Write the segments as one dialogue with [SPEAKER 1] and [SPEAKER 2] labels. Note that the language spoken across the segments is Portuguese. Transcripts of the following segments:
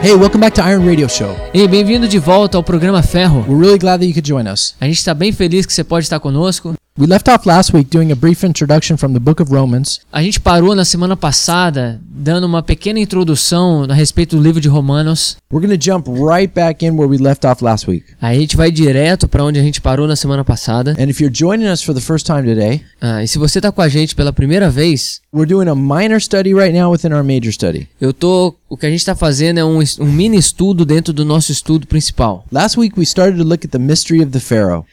[SPEAKER 1] Hey, welcome back to Iron Radio Show.
[SPEAKER 2] Ei, bem-vindo de volta ao programa Ferro.
[SPEAKER 1] We're really glad that you could join us.
[SPEAKER 2] A gente está bem feliz que você pode estar conosco.
[SPEAKER 1] We left off last week doing a brief introduction from the book of Romans,
[SPEAKER 2] A gente parou na semana passada dando uma pequena introdução a respeito do livro de Romanos.
[SPEAKER 1] We're going to jump right back in where we left off last week.
[SPEAKER 2] Aí a gente vai direto para onde a gente parou na semana passada.
[SPEAKER 1] And if you're joining us for the first time today,
[SPEAKER 2] Ah, e se você tá com a gente pela primeira vez,
[SPEAKER 1] we're doing a minor study right now within our major study.
[SPEAKER 2] eu tô, o que a gente tá fazendo é um, es- um mini estudo dentro do nosso estudo principal.
[SPEAKER 1] Last week we started to look at the mystery of the Pharaoh,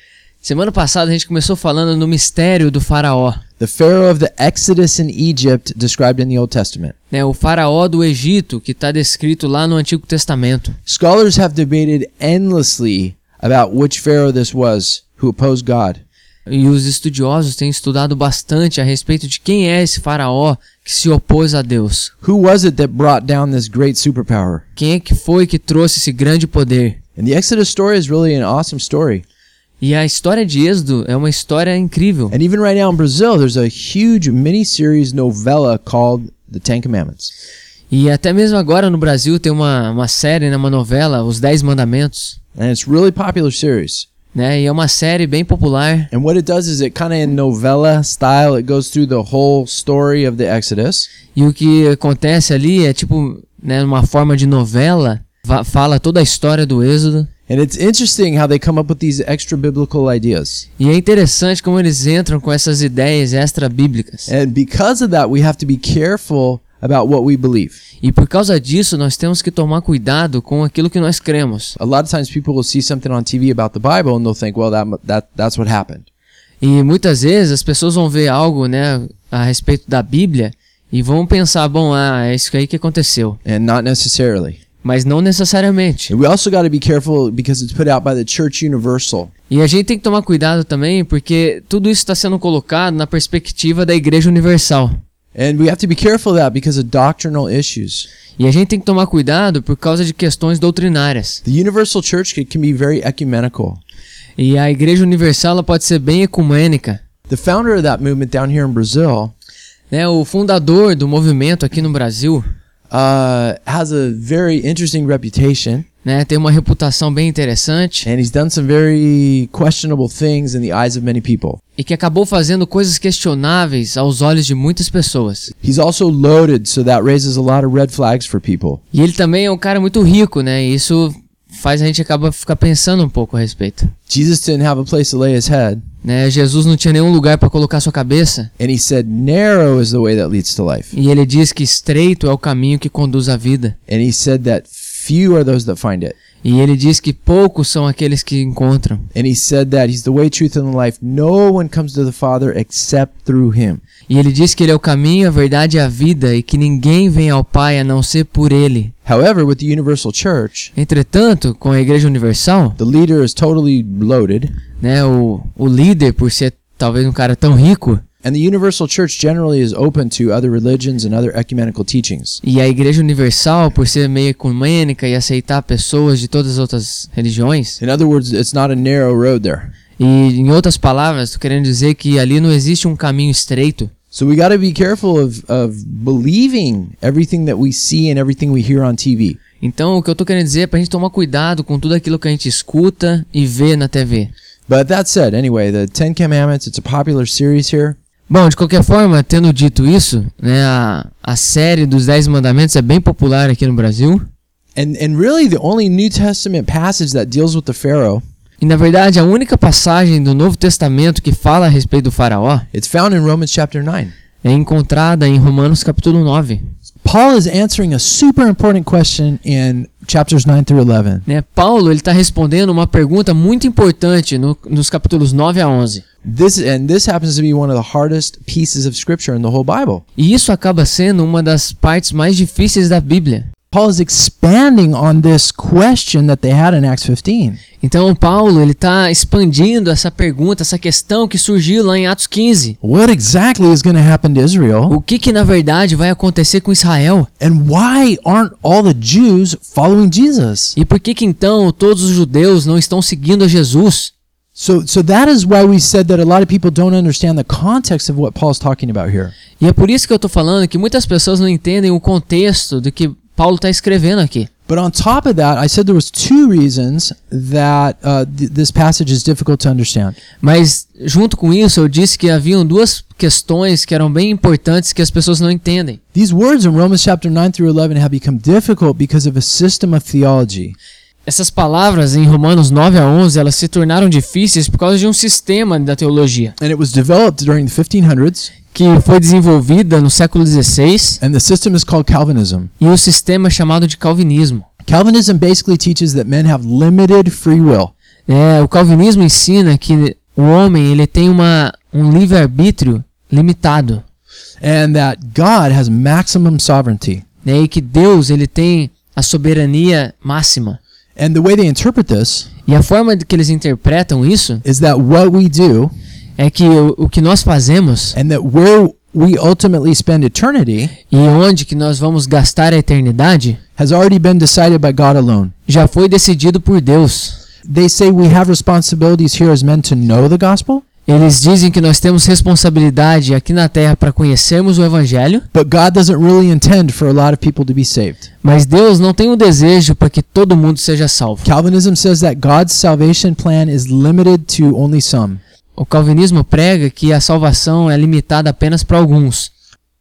[SPEAKER 2] Semana passada a gente começou falando no mistério do faraó,
[SPEAKER 1] the Pharaoh of the Exodus in Egypt described in the Old Testament.
[SPEAKER 2] né? O faraó do Egito que está descrito lá no Antigo Testamento.
[SPEAKER 1] Scholars have debated endlessly about which Pharaoh this was who opposed God.
[SPEAKER 2] E os estudiosos têm estudado bastante a respeito de quem é esse faraó que se opôs a Deus.
[SPEAKER 1] Who was it that brought down this great superpower?
[SPEAKER 2] Quem é que foi que trouxe esse grande poder?
[SPEAKER 1] And the Exodus story is really an awesome story.
[SPEAKER 2] E a história de Êxodo é uma história incrível.
[SPEAKER 1] And even right now in Brazil, there's a huge mini-series novella called The Ten Commandments.
[SPEAKER 2] E até mesmo agora no Brasil tem uma, uma série, né, uma novela, Os Dez Mandamentos.
[SPEAKER 1] And it's a really popular series.
[SPEAKER 2] Né? E é uma série bem popular.
[SPEAKER 1] And what it does is it kind of in novella style, it goes through the whole story of the Exodus.
[SPEAKER 2] E o que acontece ali é tipo, né, uma forma de novela, va- fala toda a história do Êxodo.
[SPEAKER 1] And it's interesting how they come up with these extra biblical ideas.
[SPEAKER 2] E é interessante como eles entram com essas ideias extra-bíblicas.
[SPEAKER 1] And because of that, we have to be careful about what we believe.
[SPEAKER 2] E por causa disso, nós temos que tomar cuidado com aquilo que nós cremos.
[SPEAKER 1] A lot of times people will see something on TV about the Bible and they'll think, well, that, mu- that, that's what happened.
[SPEAKER 2] E muitas vezes as pessoas vão ver algo, né, a respeito da Bíblia e vão pensar, bom, ah, é isso aí que aconteceu.
[SPEAKER 1] And not necessarily.
[SPEAKER 2] Mas não necessariamente.
[SPEAKER 1] And we also got to be careful because it's put out by the Church Universal.
[SPEAKER 2] E a gente tem que tomar cuidado também, porque tudo isso está sendo colocado na perspectiva da Igreja Universal.
[SPEAKER 1] And we have to be careful of that because of doctrinal issues.
[SPEAKER 2] E a gente tem que tomar cuidado por causa de questões doutrinárias.
[SPEAKER 1] The universal church can, can be very ecumenical.
[SPEAKER 2] E a Igreja Universal ela pode ser bem ecumênica.
[SPEAKER 1] The founder of that movement down here in Brazil
[SPEAKER 2] Né, o fundador do movimento aqui no Brasil,
[SPEAKER 1] uh, has a very interesting reputation,
[SPEAKER 2] né, tem uma reputação bem interessante.
[SPEAKER 1] and he's done some very questionable things in the eyes of many people.
[SPEAKER 2] e que acabou fazendo coisas questionáveis aos olhos de muitas pessoas.
[SPEAKER 1] He's also loaded, so that raises a lot of red flags for people.
[SPEAKER 2] E ele também é um cara muito rico, né? E isso faz a gente acaba ficar pensando um pouco a respeito.
[SPEAKER 1] Jesus didn't have a place to lay his head,
[SPEAKER 2] Né? Jesus não tinha nenhum lugar para colocar sua cabeça,
[SPEAKER 1] and he said, Narrow is the way that leads to life.
[SPEAKER 2] e ele diz que estreito é o caminho que conduz à vida.
[SPEAKER 1] And he said that few are those that find it.
[SPEAKER 2] E ele diz que poucos são aqueles que encontram.
[SPEAKER 1] And he said that he's the way, truth, and the life. No one comes to the Father except through him.
[SPEAKER 2] E ele diz que ele é o caminho, a verdade e a vida, e que ninguém vem ao Pai a não ser por ele.
[SPEAKER 1] However, with the universal church,
[SPEAKER 2] Entretanto, com a Igreja Universal,
[SPEAKER 1] the leader is totally loaded,
[SPEAKER 2] né, o, o líder, por ser talvez um cara tão rico,
[SPEAKER 1] and the universal church generally is open to other religions and other ecumenical teachings.
[SPEAKER 2] E a Igreja Universal, por ser meio ecumênica e aceitar pessoas de todas as outras religiões,
[SPEAKER 1] In other words, it's not a narrow road there.
[SPEAKER 2] e em outras palavras, tô querendo dizer que ali não existe um caminho estreito.
[SPEAKER 1] So we got to be careful of, of believing everything that we see and everything we hear on TV.
[SPEAKER 2] Então, o que eu tô querendo dizer é pra gente tomar cuidado com tudo aquilo que a gente escuta e vê na TV.
[SPEAKER 1] But that said, anyway, the Ten Commandments, it's a popular series here.
[SPEAKER 2] Bom, de qualquer forma, tendo dito isso, né, a, a série dos Dez Mandamentos é bem popular aqui no Brasil.
[SPEAKER 1] And, and really, the only New Testament passage that deals with the Pharaoh
[SPEAKER 2] E na verdade, a única passagem do Novo Testamento que fala a respeito do faraó
[SPEAKER 1] It's found in Romans chapter 9.
[SPEAKER 2] é encontrada em Romanos capítulo 9.
[SPEAKER 1] Paul is answering a super important question in chapters 9 through 11.
[SPEAKER 2] Né, Paulo ele está respondendo uma pergunta muito importante no- nos capítulos 9 a 11.
[SPEAKER 1] This and this happens to be one of the hardest pieces of scripture in the whole Bible.
[SPEAKER 2] E isso acaba sendo uma das partes mais difíceis da Bíblia.
[SPEAKER 1] Paul is expanding on this question that they had in Acts 15.
[SPEAKER 2] Então Paulo ele está expandindo essa pergunta, essa questão que surgiu lá em Atos 15.
[SPEAKER 1] What exactly is going to happen to Israel?
[SPEAKER 2] O que que na verdade vai acontecer com Israel?
[SPEAKER 1] And why aren't all the Jews following Jesus?
[SPEAKER 2] E por que que então todos os judeus não estão seguindo a Jesus?
[SPEAKER 1] So so that is why we said that a lot of people don't understand the context of what Paul's talking about here.
[SPEAKER 2] E é por isso que eu estou falando que muitas pessoas não entendem o contexto do que Paulo está escrevendo aqui.
[SPEAKER 1] But on top of that, I said there was two reasons that uh, th- this passage is difficult to understand.
[SPEAKER 2] Mas junto com isso eu disse que haviam duas questões que eram bem importantes que as pessoas não entendem.
[SPEAKER 1] These words in Romans chapter 9 through 11 have become difficult because of a system of theology.
[SPEAKER 2] Essas palavras em Romanos 9 a 11, elas se tornaram difíceis por causa de um sistema da teologia
[SPEAKER 1] And it was developed during the 1500s,
[SPEAKER 2] que foi desenvolvida no século XVI
[SPEAKER 1] and the system is called Calvinism.
[SPEAKER 2] e um sistema chamado de calvinismo.
[SPEAKER 1] Calvinism basically teaches that men have limited free will.
[SPEAKER 2] É, o calvinismo ensina que o homem ele tem uma, um livre-arbítrio limitado.
[SPEAKER 1] and that God has maximum sovereignty.
[SPEAKER 2] né, e que Deus ele tem a soberania máxima.
[SPEAKER 1] And the way they interpret this
[SPEAKER 2] E a forma de que eles interpretam isso
[SPEAKER 1] is that what we do
[SPEAKER 2] é que o, o que nós fazemos
[SPEAKER 1] and that where we ultimately spend eternity
[SPEAKER 2] e onde que nós vamos gastar a eternidade
[SPEAKER 1] has already been decided by God alone.
[SPEAKER 2] já foi decidido por Deus.
[SPEAKER 1] They say we have responsibilities here as men to know the gospel,
[SPEAKER 2] Eles dizem que nós temos responsabilidade aqui na terra para conhecermos o evangelho,
[SPEAKER 1] but God doesn't really intend for a lot of people to be saved.
[SPEAKER 2] mas Deus não tem o desejo para que todo mundo seja salvo.
[SPEAKER 1] Calvinism says that God's salvation plan is limited to only some.
[SPEAKER 2] O calvinismo prega que a salvação é limitada apenas para alguns.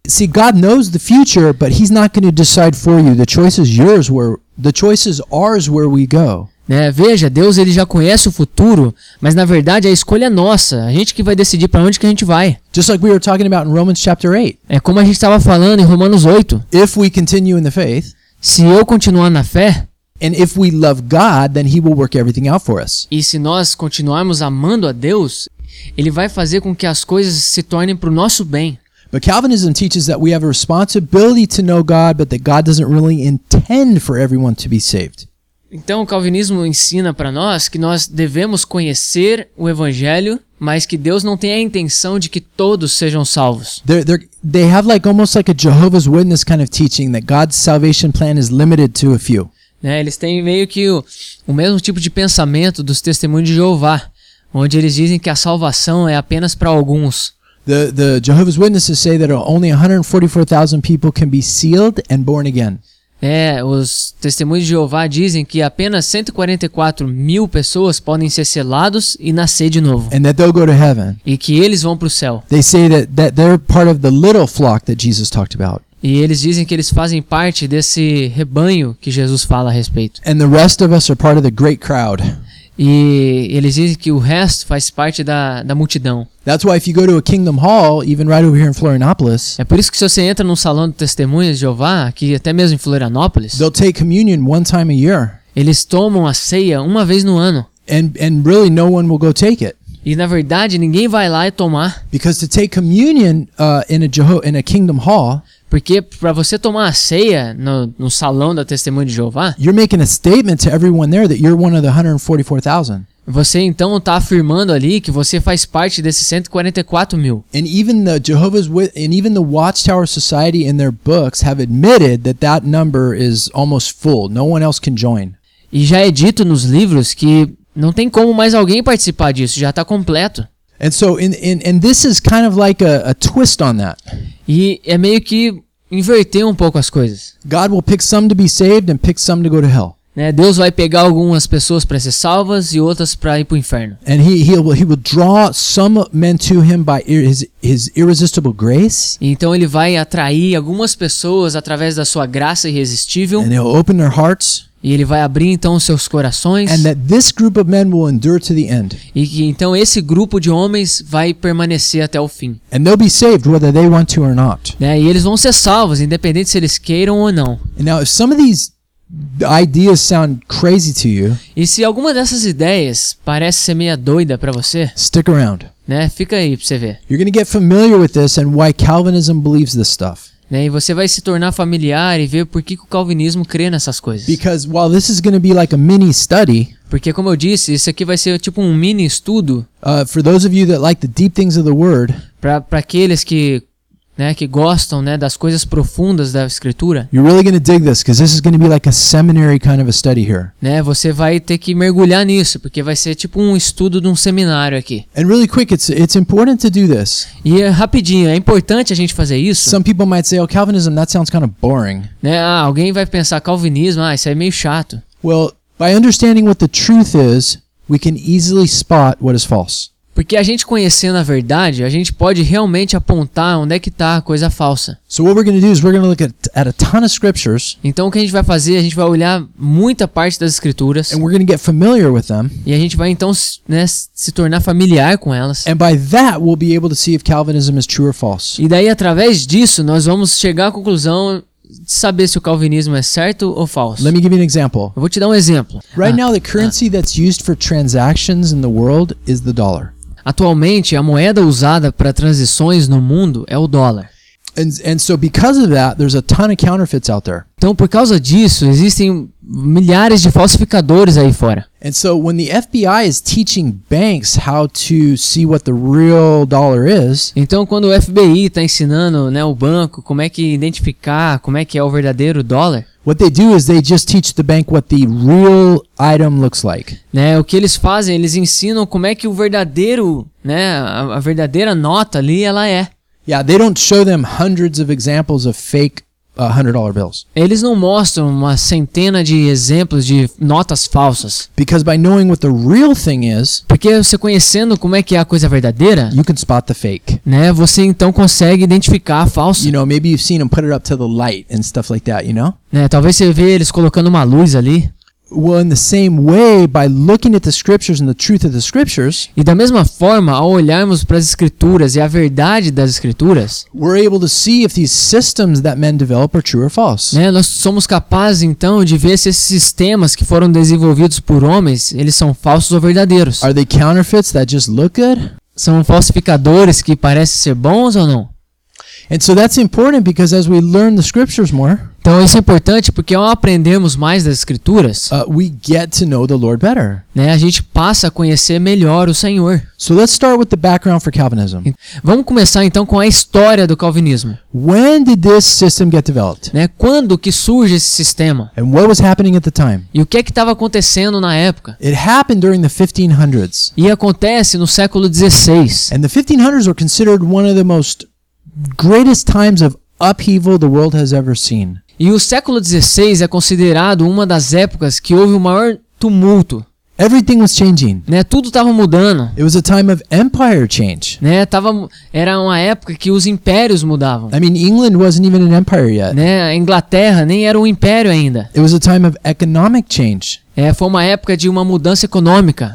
[SPEAKER 1] See, God knows the future, but he's not going to decide for you. The choice is yours where the choice is ours where we go.
[SPEAKER 2] Né? Veja, Deus ele já conhece o futuro, mas na verdade a escolha é nossa. A gente que vai decidir para onde que a gente vai.
[SPEAKER 1] Just like we were talking about in Romans chapter 8.
[SPEAKER 2] É como a gente estava falando em Romanos 8.
[SPEAKER 1] If we continue in the faith
[SPEAKER 2] Se eu continuar na fé
[SPEAKER 1] and if we love God, then he will work everything out for us.
[SPEAKER 2] e se nós continuarmos amando a Deus, ele vai fazer com que as coisas se tornem para o nosso bem.
[SPEAKER 1] But Calvinism teaches that we have a responsibility to know God, but that God doesn't really intend for everyone to be saved.
[SPEAKER 2] Então o calvinismo ensina para nós que nós devemos conhecer o evangelho, mas que Deus não tem a intenção de que todos sejam salvos.
[SPEAKER 1] They're, they're, they have like almost like a Jehovah's Witness kind of teaching that God's salvation plan is limited to a few.
[SPEAKER 2] né? Eles têm meio que o, o mesmo tipo de pensamento dos testemunhos de Jeová, onde eles dizem que a salvação é apenas para alguns.
[SPEAKER 1] The, the Jehovah's Witnesses say that only 144,000 people can be sealed and born again.
[SPEAKER 2] né? os testemunhos de Jeová dizem que apenas 144 mil pessoas podem ser selados e nascer de novo.
[SPEAKER 1] And that they'll go to heaven.
[SPEAKER 2] E que eles vão para o céu.
[SPEAKER 1] They say that, that they're part of the little flock that Jesus talked about.
[SPEAKER 2] E eles dizem que eles fazem parte desse rebanho que Jesus fala a respeito.
[SPEAKER 1] and the rest of us are part of the great crowd.
[SPEAKER 2] E eles dizem que o resto faz parte da, da multidão.
[SPEAKER 1] That's why if you go to a Kingdom Hall, even right over here in Florianopolis,
[SPEAKER 2] É por isso que se você entra num salão de testemunhas de Jeová, aqui até mesmo em Florianópolis,
[SPEAKER 1] they'll take communion one time a year,
[SPEAKER 2] Eles tomam a ceia uma vez no ano.
[SPEAKER 1] and and really no one will go take it
[SPEAKER 2] E na verdade ninguém vai lá e tomar.
[SPEAKER 1] because to take communion uh, in a Jeho- in a Kingdom Hall,
[SPEAKER 2] Porque para você tomar a ceia no, no salão da testemunha de Jeová,
[SPEAKER 1] you're making a statement to everyone there that you're one of the 144,000,
[SPEAKER 2] você então tá afirmando ali que você faz parte desses 144 mil.
[SPEAKER 1] and even the Jehovah's Wit- and even the Watchtower Society in their books have admitted that that number is almost full. No one else can join.
[SPEAKER 2] E já é dito nos livros que não tem como mais alguém participar disso, já tá completo.
[SPEAKER 1] And so, in, in, and this is kind of like a, a twist on that.
[SPEAKER 2] E é meio que inverter um pouco as coisas.
[SPEAKER 1] God will pick some to be saved and pick some to go to hell.
[SPEAKER 2] Né? Deus vai pegar algumas pessoas para ser salvas e outras para ir pro inferno.
[SPEAKER 1] And he he will he will draw some men to him by ir, his his irresistible grace,
[SPEAKER 2] Então ele vai atrair algumas pessoas através da sua graça irresistível
[SPEAKER 1] and he'll open their hearts,
[SPEAKER 2] e ele vai abrir então os seus corações
[SPEAKER 1] and that this group of men will endure to the end,
[SPEAKER 2] e que então esse grupo de homens vai permanecer até o fim,
[SPEAKER 1] and they'll be saved whether they want to or not.
[SPEAKER 2] né? E eles vão ser salvos, independente se eles queiram ou não.
[SPEAKER 1] And now, if some of these ideas sound crazy to you,
[SPEAKER 2] E se alguma dessas ideias parece ser meia doida pra você,
[SPEAKER 1] stick around.
[SPEAKER 2] né? Fica aí pra você ver,
[SPEAKER 1] You're going to get familiar with this and why Calvinism believes this stuff.
[SPEAKER 2] né? E você vai se tornar familiar e ver por que, que o calvinismo crê nessas coisas.
[SPEAKER 1] Because while this is going to be like a mini study,
[SPEAKER 2] Porque como eu disse, isso aqui vai ser tipo um mini estudo
[SPEAKER 1] uh, for those of you that like the deep things of the Word,
[SPEAKER 2] para aqueles que né, que gostam, né, das coisas profundas da escritura,
[SPEAKER 1] You're really going to dig this because this is going to be like a seminary kind of a study here.
[SPEAKER 2] né, você vai ter que mergulhar nisso, porque vai ser tipo um estudo de um seminário aqui.
[SPEAKER 1] And really quick, it's it's important to do this.
[SPEAKER 2] E é rapidinho, é importante a gente fazer isso,
[SPEAKER 1] Some people might say, "Oh, Calvinism, that sounds kind of boring."
[SPEAKER 2] né? Ah, alguém vai pensar calvinismo, ah, isso é meio chato.
[SPEAKER 1] Well, by understanding what the truth is, we can easily spot what is false.
[SPEAKER 2] Porque a gente conhecendo a verdade, a gente pode realmente apontar onde é que tá a coisa falsa.
[SPEAKER 1] So what we're going to do is we're going to look at, at a ton of scriptures
[SPEAKER 2] Então o que a gente vai fazer, a gente vai olhar muita parte das escrituras
[SPEAKER 1] and we're going to get familiar with them.
[SPEAKER 2] e a gente vai então s- né, s- se tornar familiar com elas.
[SPEAKER 1] And by that, we'll be able to see if Calvinism is true or false.
[SPEAKER 2] E daí através disso nós vamos chegar à conclusão de saber se o calvinismo é certo ou falso.
[SPEAKER 1] Let me give you an example.
[SPEAKER 2] Eu vou te dar um exemplo.
[SPEAKER 1] Right
[SPEAKER 2] Ah,
[SPEAKER 1] now, the currency that's used for transactions in the world is the dollar.
[SPEAKER 2] Atualmente a moeda usada para transições no mundo é o dólar.
[SPEAKER 1] And, and so, because of that, there's a ton of counterfeits out there.
[SPEAKER 2] Então por causa disso existem milhares de falsificadores aí fora.
[SPEAKER 1] And so, when the FBI is teaching banks how to see what the real dollar is,
[SPEAKER 2] Então, quando o FBI está ensinando né, o banco como é que identificar, como é que é o verdadeiro dólar,
[SPEAKER 1] what they do is they just teach the bank what the real item looks like.
[SPEAKER 2] né, o que eles fazem, eles ensinam como é que o verdadeiro, né, a, a verdadeira nota ali, ela é.
[SPEAKER 1] Yeah, they don't show them hundreds of examples of fake uh, $100 bills.
[SPEAKER 2] Eles não mostram uma centena de exemplos de notas falsas,
[SPEAKER 1] Because by knowing what the real thing is,
[SPEAKER 2] porque você conhecendo como é que é a coisa verdadeira,
[SPEAKER 1] you can spot the fake.
[SPEAKER 2] né, você então consegue identificar a
[SPEAKER 1] You
[SPEAKER 2] falsa.
[SPEAKER 1] know, maybe you've seen them put it up to the light and stuff like that, you know?
[SPEAKER 2] Né, talvez você vê eles colocando uma luz ali.
[SPEAKER 1] Well, in the same way, by looking at the scriptures and the truth of the scriptures,
[SPEAKER 2] E da mesma forma, ao olharmos para as escrituras e a verdade das escrituras,
[SPEAKER 1] we're able to see if these systems that men develop are true or false.
[SPEAKER 2] Né, Nós somos capazes então de ver se esses sistemas que foram desenvolvidos por homens, eles são falsos ou verdadeiros.
[SPEAKER 1] Are they counterfeits that just look good?
[SPEAKER 2] São falsificadores que parecem ser bons ou não?
[SPEAKER 1] And so that's important because as we learn the scriptures more,
[SPEAKER 2] Então isso é importante porque ao aprendermos mais das escrituras,
[SPEAKER 1] uh, we get to know the Lord better.
[SPEAKER 2] né, a gente passa a conhecer melhor o Senhor.
[SPEAKER 1] So let's start with the background for Calvinism.
[SPEAKER 2] Vamos começar então com a história do calvinismo,
[SPEAKER 1] When did this system get developed?
[SPEAKER 2] né? Quando que surge esse sistema?
[SPEAKER 1] And what was happening at the time?
[SPEAKER 2] E o que é que estava acontecendo na época?
[SPEAKER 1] It happened during the 1500s.
[SPEAKER 2] E acontece no século XVI.
[SPEAKER 1] And the 1500s were considered one of the most greatest times of upheaval the world has ever seen.
[SPEAKER 2] E o século XVI é considerado uma das épocas que houve o maior tumulto
[SPEAKER 1] Everything was changing.
[SPEAKER 2] né? Tudo tava mudando,
[SPEAKER 1] It was a time of empire change.
[SPEAKER 2] né? Tava era uma época que os impérios mudavam,
[SPEAKER 1] I mean, England wasn't even an empire yet.
[SPEAKER 2] né? A Inglaterra nem era um império ainda.
[SPEAKER 1] It was a time of economic change.
[SPEAKER 2] É, foi uma época de uma mudança econômica.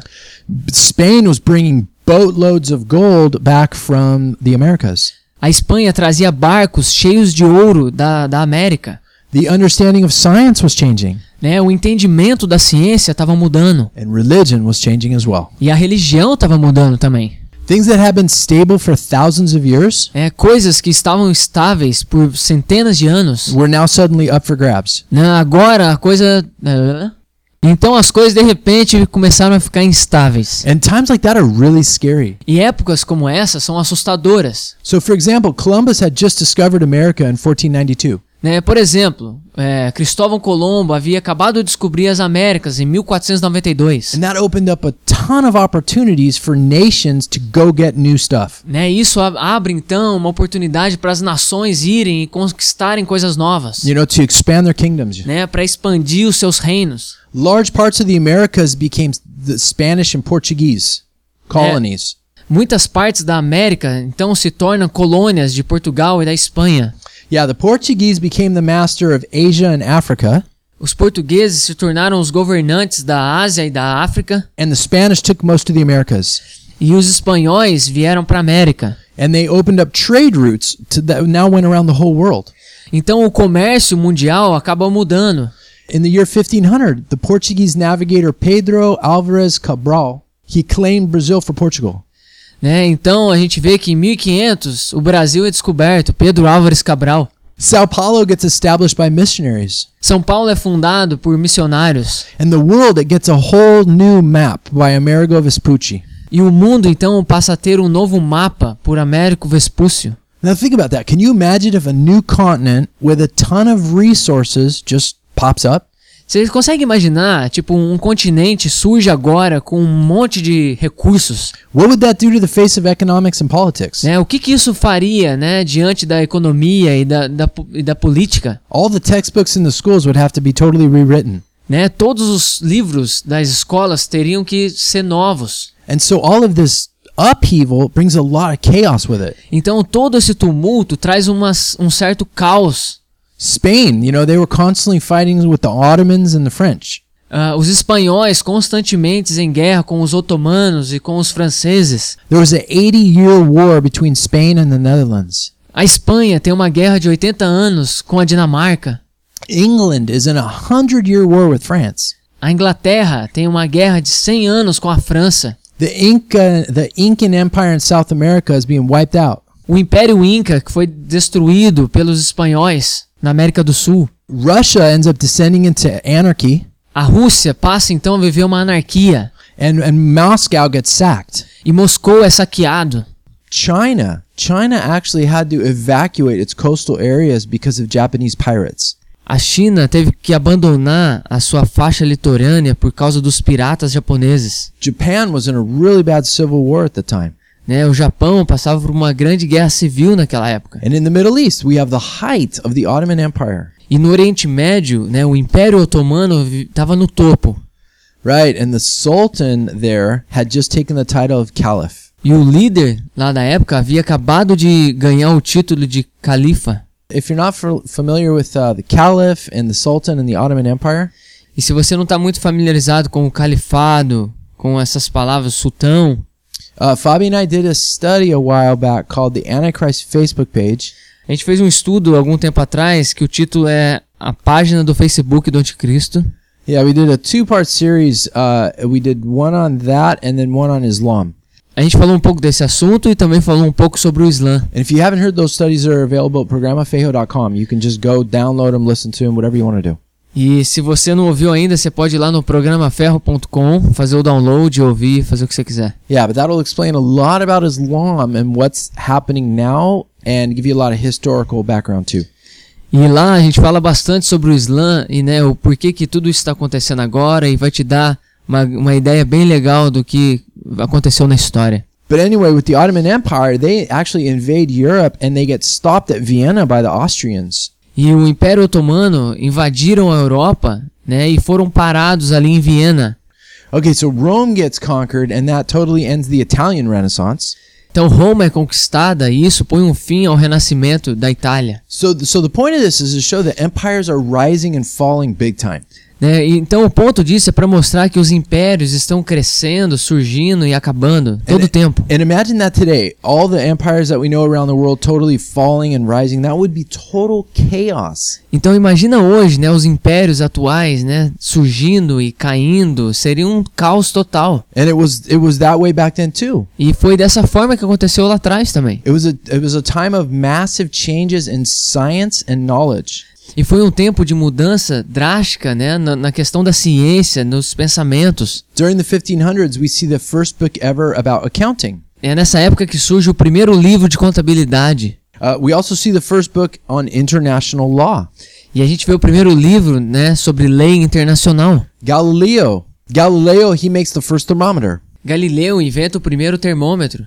[SPEAKER 1] Spain was bringing boatloads of gold back from the Americas.
[SPEAKER 2] A Espanha trazia barcos cheios de ouro da, da América,
[SPEAKER 1] The understanding of science was changing,
[SPEAKER 2] né? O entendimento da ciência estava mudando
[SPEAKER 1] and religion was changing as well.
[SPEAKER 2] e a religião estava mudando também.
[SPEAKER 1] Things that had been stable for thousands of years
[SPEAKER 2] É, coisas que estavam estáveis por centenas de anos,
[SPEAKER 1] were now suddenly up for grabs.
[SPEAKER 2] né? Agora a coisa então as coisas de repente começaram a ficar instáveis.
[SPEAKER 1] And times like that are really scary.
[SPEAKER 2] E épocas como essa são assustadoras.
[SPEAKER 1] So, for example, Columbus had just discovered America in 1492.
[SPEAKER 2] Né? Por exemplo, é, Cristóvão Colombo havia acabado de descobrir as Américas em 1492.
[SPEAKER 1] And that opened up a ton of opportunities for nations to go get new stuff.
[SPEAKER 2] Né? Isso a- abre então uma oportunidade para as nações irem e conquistarem coisas novas,
[SPEAKER 1] You know, to expand their kingdoms.
[SPEAKER 2] né? para expandir os seus reinos.
[SPEAKER 1] Large parts of the Americas became the Spanish and Portuguese colonies.
[SPEAKER 2] Muitas partes da América então se tornam colônias de Portugal e da Espanha.
[SPEAKER 1] Yeah, the Portuguese became the master of Asia and Africa,
[SPEAKER 2] Os portugueses se tornaram os governantes da Ásia e da África,
[SPEAKER 1] and the Spanish took most of the Americas.
[SPEAKER 2] e os espanhóis vieram para a América.
[SPEAKER 1] And they opened up trade routes to that now went around the whole world.
[SPEAKER 2] Então o comércio mundial acaba mudando.
[SPEAKER 1] In the year 1500, the Portuguese navigator Pedro Alvarez Cabral, he claimed Brazil for Portugal.
[SPEAKER 2] Né? Então a gente vê que em 1500 o Brasil é descoberto, Pedro Álvares Cabral.
[SPEAKER 1] Sao Paulo gets established by missionaries.
[SPEAKER 2] São Paulo é fundado por missionários.
[SPEAKER 1] And the world, it gets a whole new map by Amerigo Vespucci.
[SPEAKER 2] E o mundo então passa a ter um novo mapa por Américo Vespúcio.
[SPEAKER 1] Now think about that. Can you imagine if a new continent with a ton of resources just pops up?
[SPEAKER 2] Você consegue imaginar, tipo, um continente surge agora com um monte de recursos,
[SPEAKER 1] What would that do to the face of economics and politics?
[SPEAKER 2] né? O que que isso faria, né, diante da economia e da, da, po- e da política,
[SPEAKER 1] All the textbooks in the schools would have to be totally rewritten.
[SPEAKER 2] né? Todos os livros das escolas teriam que ser novos.
[SPEAKER 1] And so all of this upheaval brings a lot of chaos with it.
[SPEAKER 2] Então todo esse tumulto traz umas- um certo caos.
[SPEAKER 1] Spain, you know, they were constantly fighting with the Ottomans and the French.
[SPEAKER 2] Ah, os espanhóis constantemente em guerra com os otomanos e com os franceses.
[SPEAKER 1] There was an 80 year war between Spain and the Netherlands.
[SPEAKER 2] A Espanha tem uma guerra de 80 anos com a Dinamarca.
[SPEAKER 1] England is in a 100 year war with France.
[SPEAKER 2] A Inglaterra tem uma guerra de 100 anos com a França.
[SPEAKER 1] The Inca, the Incan Empire in South America is being wiped out.
[SPEAKER 2] O Império Inca, que foi destruído pelos espanhóis na América do Sul.
[SPEAKER 1] Russia ends up descending into anarchy,
[SPEAKER 2] A Rússia passa então a viver uma anarquia.
[SPEAKER 1] and, and Moscow gets sacked.
[SPEAKER 2] E Moscou é saqueado.
[SPEAKER 1] China, China actually had to evacuate its coastal areas because of Japanese pirates.
[SPEAKER 2] A China teve que abandonar a sua faixa litorânea por causa dos piratas japoneses.
[SPEAKER 1] Japan was in a really bad civil war at the time.
[SPEAKER 2] né? O Japão passava por uma grande guerra civil naquela época.
[SPEAKER 1] And in the Middle East, we have the height of the Ottoman Empire,
[SPEAKER 2] E no Oriente Médio, né, o Império Otomano estava no topo.
[SPEAKER 1] right? And the Sultan there had just taken the title of Caliph.
[SPEAKER 2] E o líder lá da época havia acabado de ganhar o título de califa.
[SPEAKER 1] If you're not f- familiar with uh, the Caliph and the Sultan and the Ottoman Empire,
[SPEAKER 2] E se você não está muito familiarizado com o califado, com essas palavras sultão,
[SPEAKER 1] uh, Fabi and I did a study a while back called the Antichrist Facebook page.
[SPEAKER 2] a gente fez um estudo algum tempo atrás que o título é A Página do Facebook do Anticristo.
[SPEAKER 1] Yeah, we did a two part series. Uh, we did one on that and then one on Islam.
[SPEAKER 2] A gente falou um pouco desse assunto e também falou um pouco sobre o Islã.
[SPEAKER 1] And if you haven't heard those studies, they're available at programafejo.com. You can just go download them, listen to them, whatever you want to do.
[SPEAKER 2] E se você não ouviu ainda, você pode ir lá no programaferro.com, fazer o download, ouvir, fazer o que você quiser.
[SPEAKER 1] Yeah, but that'll explain a lot about Islam and what's happening now and give you a lot of historical background too.
[SPEAKER 2] E lá a gente fala bastante sobre o Islã e né, o porquê que tudo isso está acontecendo agora e vai te dar uma, uma ideia bem legal do que aconteceu na história.
[SPEAKER 1] But anyway, with the Ottoman Empire, they actually invade Europe and they get stopped at Vienna by the Austrians.
[SPEAKER 2] E o Império Otomano invadiram a Europa né, e foram parados ali em Viena.
[SPEAKER 1] Okay, so Rome gets conquered and that totally ends the Italian Renaissance.
[SPEAKER 2] Então Roma é conquistada e isso põe um fim ao renascimento da Itália.
[SPEAKER 1] So, th- so the point of this is to show that empires are rising and falling big time.
[SPEAKER 2] Né? E, Então o ponto disso é para mostrar que os impérios estão crescendo, surgindo e acabando todo o tempo.
[SPEAKER 1] And imagine that today, all the empires that we know around the world totally falling and rising, that would be total chaos.
[SPEAKER 2] Então imagina hoje, né, os impérios atuais, né, surgindo e caindo, seria um caos total.
[SPEAKER 1] And it was it was that way back then too.
[SPEAKER 2] E foi dessa forma que aconteceu lá atrás também.
[SPEAKER 1] It was a it was a time of massive changes in science and knowledge.
[SPEAKER 2] E foi um tempo de mudança drástica, né, na, na questão da ciência, nos pensamentos.
[SPEAKER 1] During the 1500s, we see the first book ever about accounting.
[SPEAKER 2] É nessa época que surge o primeiro livro de contabilidade.
[SPEAKER 1] Uh, we also see the first book on international law.
[SPEAKER 2] E a gente vê o primeiro livro, né, sobre lei internacional.
[SPEAKER 1] Galileo, Galileo, he makes the first thermometer.
[SPEAKER 2] Galileu inventa o primeiro termômetro.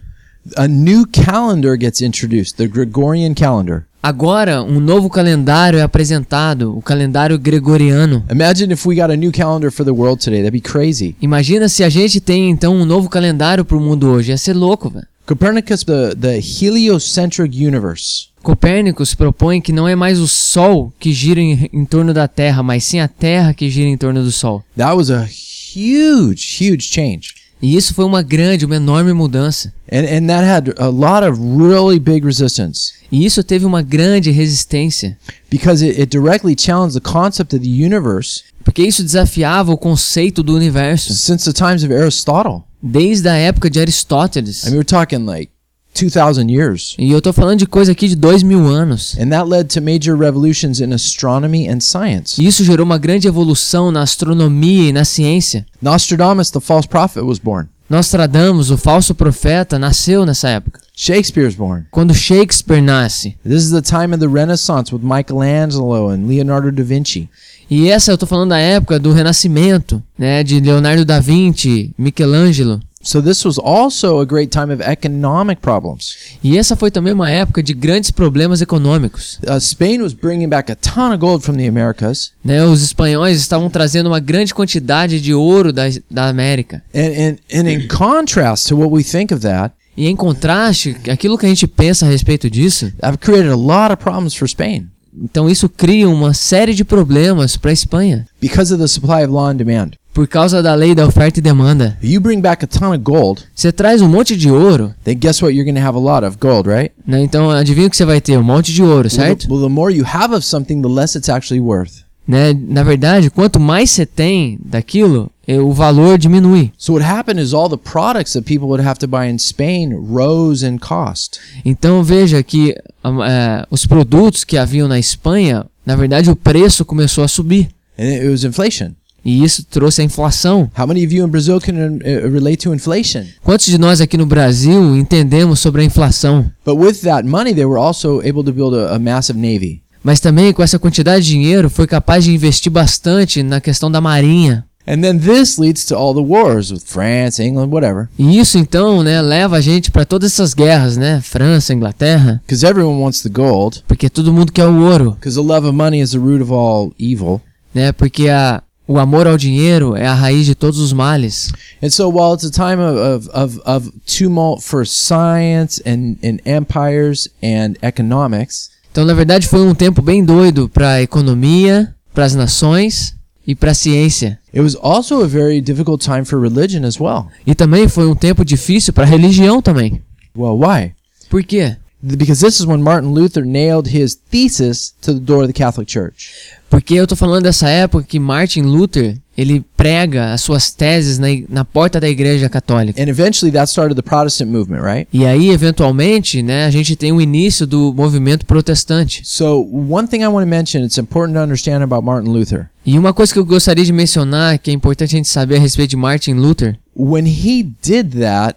[SPEAKER 1] A new calendar gets introduced, the Gregorian calendar.
[SPEAKER 2] Agora, um novo calendário é apresentado, o calendário gregoriano.
[SPEAKER 1] Imagine if we got a new calendar for the world today. That'd be crazy.
[SPEAKER 2] Imagina se a gente tem então um novo calendário pro mundo hoje. Ia ser louco, velho.
[SPEAKER 1] Copernicus, the, the heliocentric universe.
[SPEAKER 2] Copérnicos propõe que não é mais o Sol que gira em, em torno da Terra, mas sim a Terra que gira em torno do Sol.
[SPEAKER 1] That was a huge, huge change.
[SPEAKER 2] E isso foi uma grande, uma enorme mudança.
[SPEAKER 1] And, and that had a lot of really big resistance
[SPEAKER 2] E isso teve uma grande resistência,
[SPEAKER 1] because it, it directly challenged the concept of the universe
[SPEAKER 2] porque isso desafiava o conceito do universo
[SPEAKER 1] since the times of Aristotle.
[SPEAKER 2] desde a época
[SPEAKER 1] I
[SPEAKER 2] de
[SPEAKER 1] mean,
[SPEAKER 2] Aristóteles.
[SPEAKER 1] we're talking like 2,000 years.
[SPEAKER 2] E eu tô falando de coisa aqui de dois mil anos.
[SPEAKER 1] And that led to major revolutions in astronomy and science.
[SPEAKER 2] E Isso gerou uma grande evolução na astronomia e na ciência.
[SPEAKER 1] Nostradamus, the false prophet, was born.
[SPEAKER 2] Nostradamus, o falso profeta, nasceu nessa época.
[SPEAKER 1] Shakespeare's born.
[SPEAKER 2] Quando Shakespeare nasce.
[SPEAKER 1] This is the time of the Renaissance with Michelangelo and Leonardo da Vinci.
[SPEAKER 2] E essa eu tô falando da época do Renascimento, né? De Leonardo da Vinci, Michelangelo.
[SPEAKER 1] So this was also a great time of economic problems.
[SPEAKER 2] E essa foi também uma época de grandes problemas econômicos.
[SPEAKER 1] Uh, Spain was bringing back a ton of gold from the Americas,
[SPEAKER 2] Né? Os espanhóis estavam trazendo uma grande quantidade de ouro da, da América.
[SPEAKER 1] and and, and in contrast to what we think of that,
[SPEAKER 2] E em contraste, aquilo que a gente pensa a respeito disso,
[SPEAKER 1] I've created a lot of problems for Spain
[SPEAKER 2] então isso cria uma série de problemas para a Espanha
[SPEAKER 1] because of the supply of law and demand.
[SPEAKER 2] por causa da lei da oferta e demanda.
[SPEAKER 1] If you bring back a ton of gold,
[SPEAKER 2] Você traz um monte de ouro,
[SPEAKER 1] then guess what? You're going to have a lot of gold, right?
[SPEAKER 2] né? Então adivinha o que você vai ter? Um monte de ouro,
[SPEAKER 1] Well
[SPEAKER 2] certo?
[SPEAKER 1] the, well, the more you have of something, the less it's actually worth.
[SPEAKER 2] né? Na verdade, quanto mais você tem daquilo, eh, o valor diminui.
[SPEAKER 1] So what happened is all the products that people would have to buy in Spain rose in cost.
[SPEAKER 2] Então veja que am- eh, os produtos que haviam na Espanha, na verdade, o preço começou a subir.
[SPEAKER 1] And it was inflation.
[SPEAKER 2] E isso trouxe a inflação.
[SPEAKER 1] How many of you in Brazil can uh, relate to inflation?
[SPEAKER 2] Quantos de nós aqui no Brasil entendemos sobre a inflação?
[SPEAKER 1] But with that money, they were also able to build a, a massive navy.
[SPEAKER 2] Mas também com essa quantidade de dinheiro foi capaz de investir bastante na questão da marinha.
[SPEAKER 1] And then this leads to all the wars with France, England, whatever.
[SPEAKER 2] E isso então, né, leva a gente para todas essas guerras, né? França, Inglaterra,
[SPEAKER 1] Because everyone wants the gold.
[SPEAKER 2] porque todo mundo quer o ouro.
[SPEAKER 1] Because the love of money is the root of all evil.
[SPEAKER 2] né? Porque a, o amor ao dinheiro é a raiz de todos os males.
[SPEAKER 1] And so while it's a time of, of, of, of tumult for science and, and empires and economics,
[SPEAKER 2] Então, na verdade, foi um tempo bem doido para a economia, para as nações e para a ciência.
[SPEAKER 1] it was also a very difficult time for religion as well.
[SPEAKER 2] E também foi um tempo difícil para a religião também.
[SPEAKER 1] Well, why?
[SPEAKER 2] Por quê?
[SPEAKER 1] Because this is when Martin Luther nailed his thesis to the door of the Catholic Church.
[SPEAKER 2] Porque eu tô falando dessa época que Martin Luther, ele prega as suas teses na, i- na porta da igreja católica.
[SPEAKER 1] And eventually that started the Protestant movement, right?
[SPEAKER 2] E aí, eventualmente, né, a gente tem o início do movimento protestante.
[SPEAKER 1] So, one thing I want to mention, it's important to understand about Martin Luther.
[SPEAKER 2] E uma coisa que eu gostaria de mencionar, que é importante a gente saber a respeito de Martin Luther,
[SPEAKER 1] When he did that,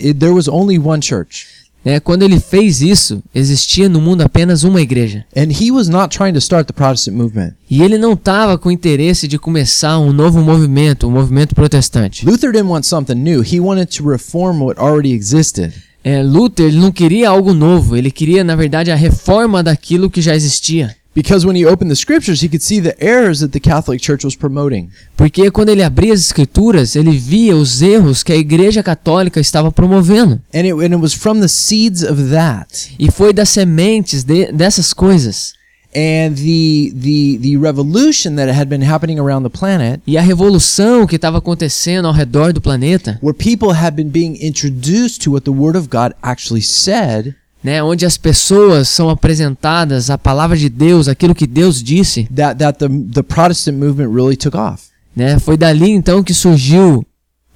[SPEAKER 1] it, there was only one church.
[SPEAKER 2] né, quando ele fez isso, existia no mundo apenas uma igreja.
[SPEAKER 1] And he was not trying to start the Protestant movement.
[SPEAKER 2] E ele não estava com interesse de começar um novo movimento, um movimento protestante.
[SPEAKER 1] Luther didn't want something new. He wanted to reform what already existed.
[SPEAKER 2] É, Luther ele não queria algo novo, ele queria, na verdade, a reforma daquilo que já existia.
[SPEAKER 1] Because when he opened the scriptures, he could see the errors that the Catholic Church was promoting.
[SPEAKER 2] Porque quando ele abria as escrituras, ele via os erros que a igreja católica estava promovendo.
[SPEAKER 1] And it, and it was from the seeds of that
[SPEAKER 2] E foi das sementes de- dessas coisas.
[SPEAKER 1] and the, the, the revolution that had been happening around the planet,
[SPEAKER 2] E a revolução que estava acontecendo ao redor do planeta,
[SPEAKER 1] where people had been being introduced to what the Word of God actually said,
[SPEAKER 2] né, onde as pessoas são apresentadas à palavra de Deus, aquilo que Deus disse,
[SPEAKER 1] that, that the, the Protestant movement really took off.
[SPEAKER 2] né? Foi dali então que surgiu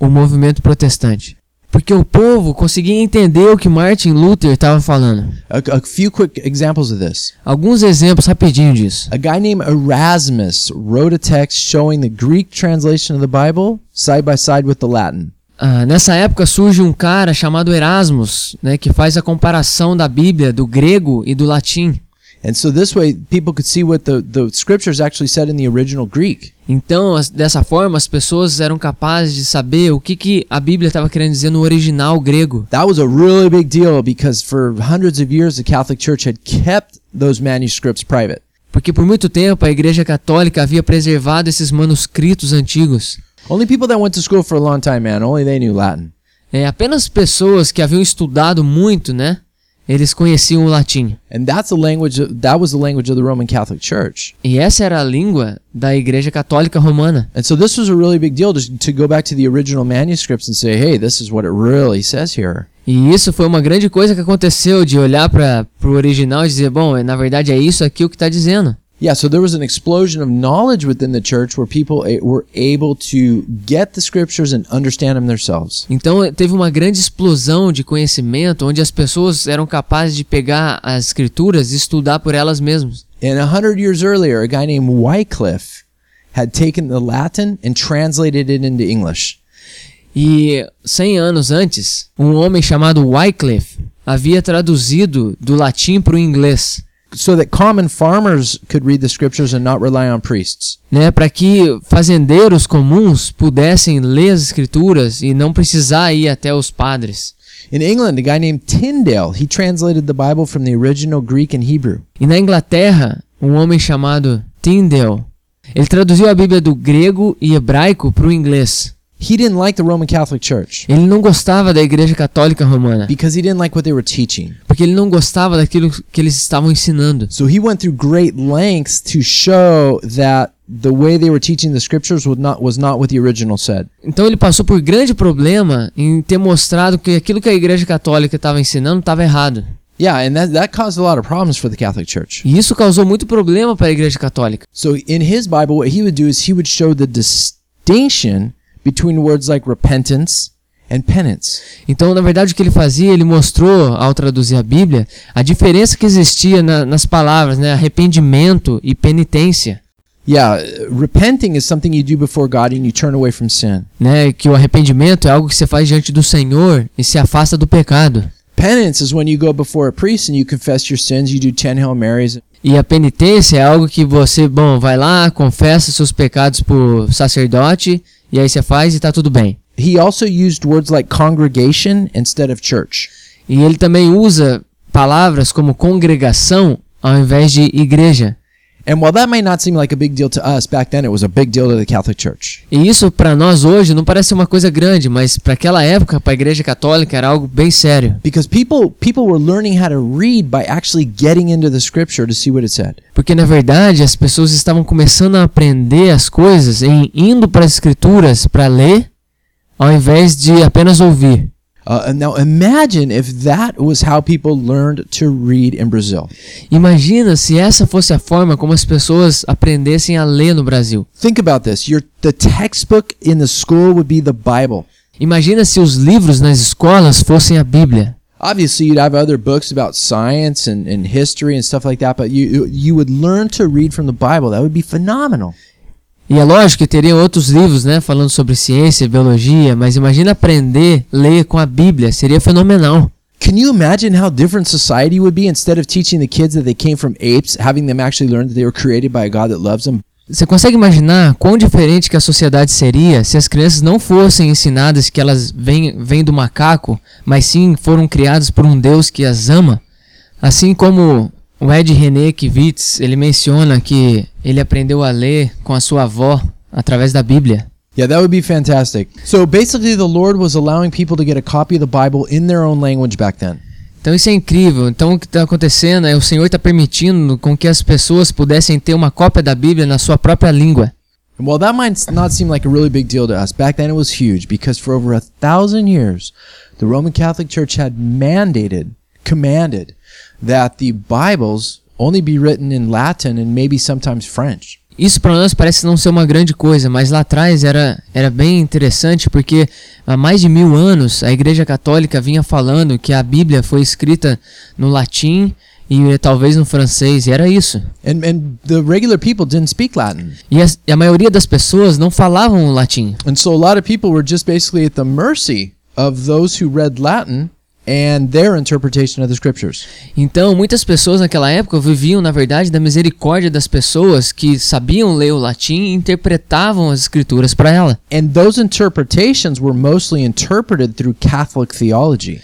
[SPEAKER 2] o movimento protestante. Porque o povo conseguia entender o que Martin Luther estava falando.
[SPEAKER 1] A, a few quick examples of this.
[SPEAKER 2] Alguns exemplos rapidinho disso.
[SPEAKER 1] A guy named Erasmus wrote a text showing the Greek translation of the Bible side by side with the Latin.
[SPEAKER 2] Ah, nessa época surge um cara chamado Erasmus, né, que faz a comparação da Bíblia do grego e do latim.
[SPEAKER 1] And so this way, people could see what the, the scriptures actually said in the original Greek.
[SPEAKER 2] Então, as- dessa forma, as pessoas eram capazes de saber o que, que a Bíblia estava querendo dizer no original grego.
[SPEAKER 1] That was a really big deal because for hundreds of years, the Catholic Church had kept those manuscripts private.
[SPEAKER 2] Porque por muito tempo a Igreja Católica havia preservado esses manuscritos antigos.
[SPEAKER 1] Only people that went to school for a long time, man, only they knew Latin.
[SPEAKER 2] É, apenas pessoas que haviam estudado muito, né? Eles conheciam o latim.
[SPEAKER 1] And that's the language, of, that was the language of the Roman Catholic Church.
[SPEAKER 2] E essa era a língua da Igreja Católica Romana.
[SPEAKER 1] And so this was a really big deal to, to go back to the original manuscripts and say, hey, this is what it really says here.
[SPEAKER 2] E isso foi uma grande coisa que aconteceu de olhar para o original e dizer, bom, na verdade é isso aqui o que está dizendo.
[SPEAKER 1] Yeah, so there was an explosion of knowledge within the church where people eh, were able to get the scriptures and understand them themselves.
[SPEAKER 2] Então eh, teve uma grande explosão de conhecimento onde as pessoas eram capazes de pegar as escrituras e estudar por elas mesmas.
[SPEAKER 1] And a hundred years earlier, a guy named Wycliffe had taken the Latin and translated it into English.
[SPEAKER 2] E 100 anos antes, um homem chamado Wycliffe havia traduzido do latim para o inglês,
[SPEAKER 1] so that common farmers could read the scriptures and not rely on priests.
[SPEAKER 2] né, para que fazendeiros comuns pudessem ler as escrituras e não precisar ir até os padres.
[SPEAKER 1] In England, a guy named Tyndale, he translated the Bible from the original Greek and Hebrew.
[SPEAKER 2] E na Inglaterra, um homem chamado Tyndale, ele traduziu a Bíblia do grego e hebraico para o inglês.
[SPEAKER 1] He didn't like the Roman Catholic Church
[SPEAKER 2] Ele não gostava da Igreja Católica Romana,
[SPEAKER 1] because he didn't like what they were teaching.
[SPEAKER 2] porque ele não gostava daquilo que eles estavam ensinando.
[SPEAKER 1] So he went through great lengths to show that the way they were teaching the scriptures was not was not what the original said.
[SPEAKER 2] Então ele passou por grande problema em ter mostrado que aquilo que a Igreja Católica estava ensinando estava errado.
[SPEAKER 1] Yeah, and that that caused a lot of problems for the Catholic Church.
[SPEAKER 2] E isso causou muito problema para a Igreja Católica.
[SPEAKER 1] So in his Bible, what he would do is he would show the distinction between words like repentance and penance.
[SPEAKER 2] Então, na verdade, o que ele fazia, ele mostrou, ao traduzir a Bíblia, a diferença que existia na- nas palavras, né? arrependimento e penitência.
[SPEAKER 1] Yeah, uh, repenting is something you do before God and you turn away from sin.
[SPEAKER 2] Né? Que o arrependimento é algo que você faz diante do Senhor e se afasta do pecado.
[SPEAKER 1] Penance is when you go before a priest and you confess your sins, you do 10 Hail Marys.
[SPEAKER 2] E a penitência é algo que você, bom, vai lá, confessa seus pecados pro sacerdote, e aí você faz e tá tudo bem.
[SPEAKER 1] He also used words like congregation instead of church.
[SPEAKER 2] E ele também usa palavras como congregação ao invés de igreja.
[SPEAKER 1] And while that may not seem like a big deal to us, back then it was a big deal to the Catholic Church.
[SPEAKER 2] E isso para nós hoje não parece uma coisa grande, mas para aquela época, para a igreja católica era algo bem sério,
[SPEAKER 1] Because people people were learning how to read by actually getting into the scripture to see what it said.
[SPEAKER 2] porque na verdade as pessoas estavam começando a aprender as coisas em indo para as escrituras para ler, ao invés de apenas ouvir.
[SPEAKER 1] Uh, and now imagine if that was how people learned to read in Brazil.
[SPEAKER 2] Imagina se essa fosse a forma como as pessoas aprendessem a ler no Brasil.
[SPEAKER 1] Think about this. Your the textbook in the school would be the Bible.
[SPEAKER 2] Imagina se os livros nas escolas fossem a Bíblia.
[SPEAKER 1] Obviously, you'd have other books about science and, and history and stuff like that, but you- you you would learn to read from the Bible. That would be phenomenal.
[SPEAKER 2] E é lógico que teria outros livros, né, falando sobre ciência, biologia, mas imagina aprender, ler com a Bíblia, seria fenomenal.
[SPEAKER 1] Can you imagine how different society would be instead of teaching the kids that they came from apes, having them actually learn that they were created by a God that loves them?
[SPEAKER 2] Você consegue imaginar quão diferente que a sociedade seria se as crianças não fossem ensinadas que elas vêm, vêm do macaco, mas sim foram criadas por um Deus que as ama? Assim como o Ed René Kivitz, ele menciona que ele aprendeu a ler com a sua avó através da Bíblia.
[SPEAKER 1] Yeah, that would be fantastic. So basically, the Lord was allowing people to get a copy of the Bible in their own language back then.
[SPEAKER 2] Então isso é incrível. Então o que está acontecendo é o Senhor está permitindo com que as pessoas pudessem ter uma cópia da Bíblia na sua própria língua.
[SPEAKER 1] And while that might not seem like a really big deal to us, back then it was huge because for over a thousand years, the Roman Catholic Church had mandated, commanded, that the Bibles only be written in Latin and maybe sometimes French.
[SPEAKER 2] Isso para nós parece não ser uma grande coisa, mas lá atrás era, era bem interessante porque há mais de mil anos a Igreja Católica vinha falando que a Bíblia foi escrita no latim e eh, talvez no francês, e era isso.
[SPEAKER 1] And, and the regular people didn't speak Latin.
[SPEAKER 2] E as- e a maioria das pessoas não falavam o latim.
[SPEAKER 1] And so a lot of people were just basically at the mercy of those who read Latin and their interpretation of the scriptures.
[SPEAKER 2] Então, muitas pessoas naquela época viviam, na verdade, da misericórdia das pessoas que sabiam ler o latim e interpretavam as escrituras para ela.
[SPEAKER 1] And those interpretations were mostly interpreted through Catholic theology.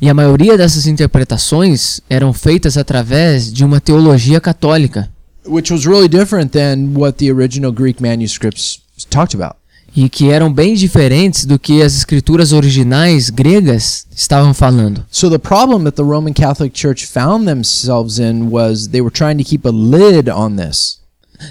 [SPEAKER 2] E a maioria dessas interpretações eram feitas através de uma teologia católica,
[SPEAKER 1] which was really different than what the original Greek manuscripts talked about.
[SPEAKER 2] e que eram bem diferentes do que as escrituras originais gregas estavam falando.
[SPEAKER 1] So the problem that the Roman Catholic Church found themselves in was they were trying to keep a lid on this.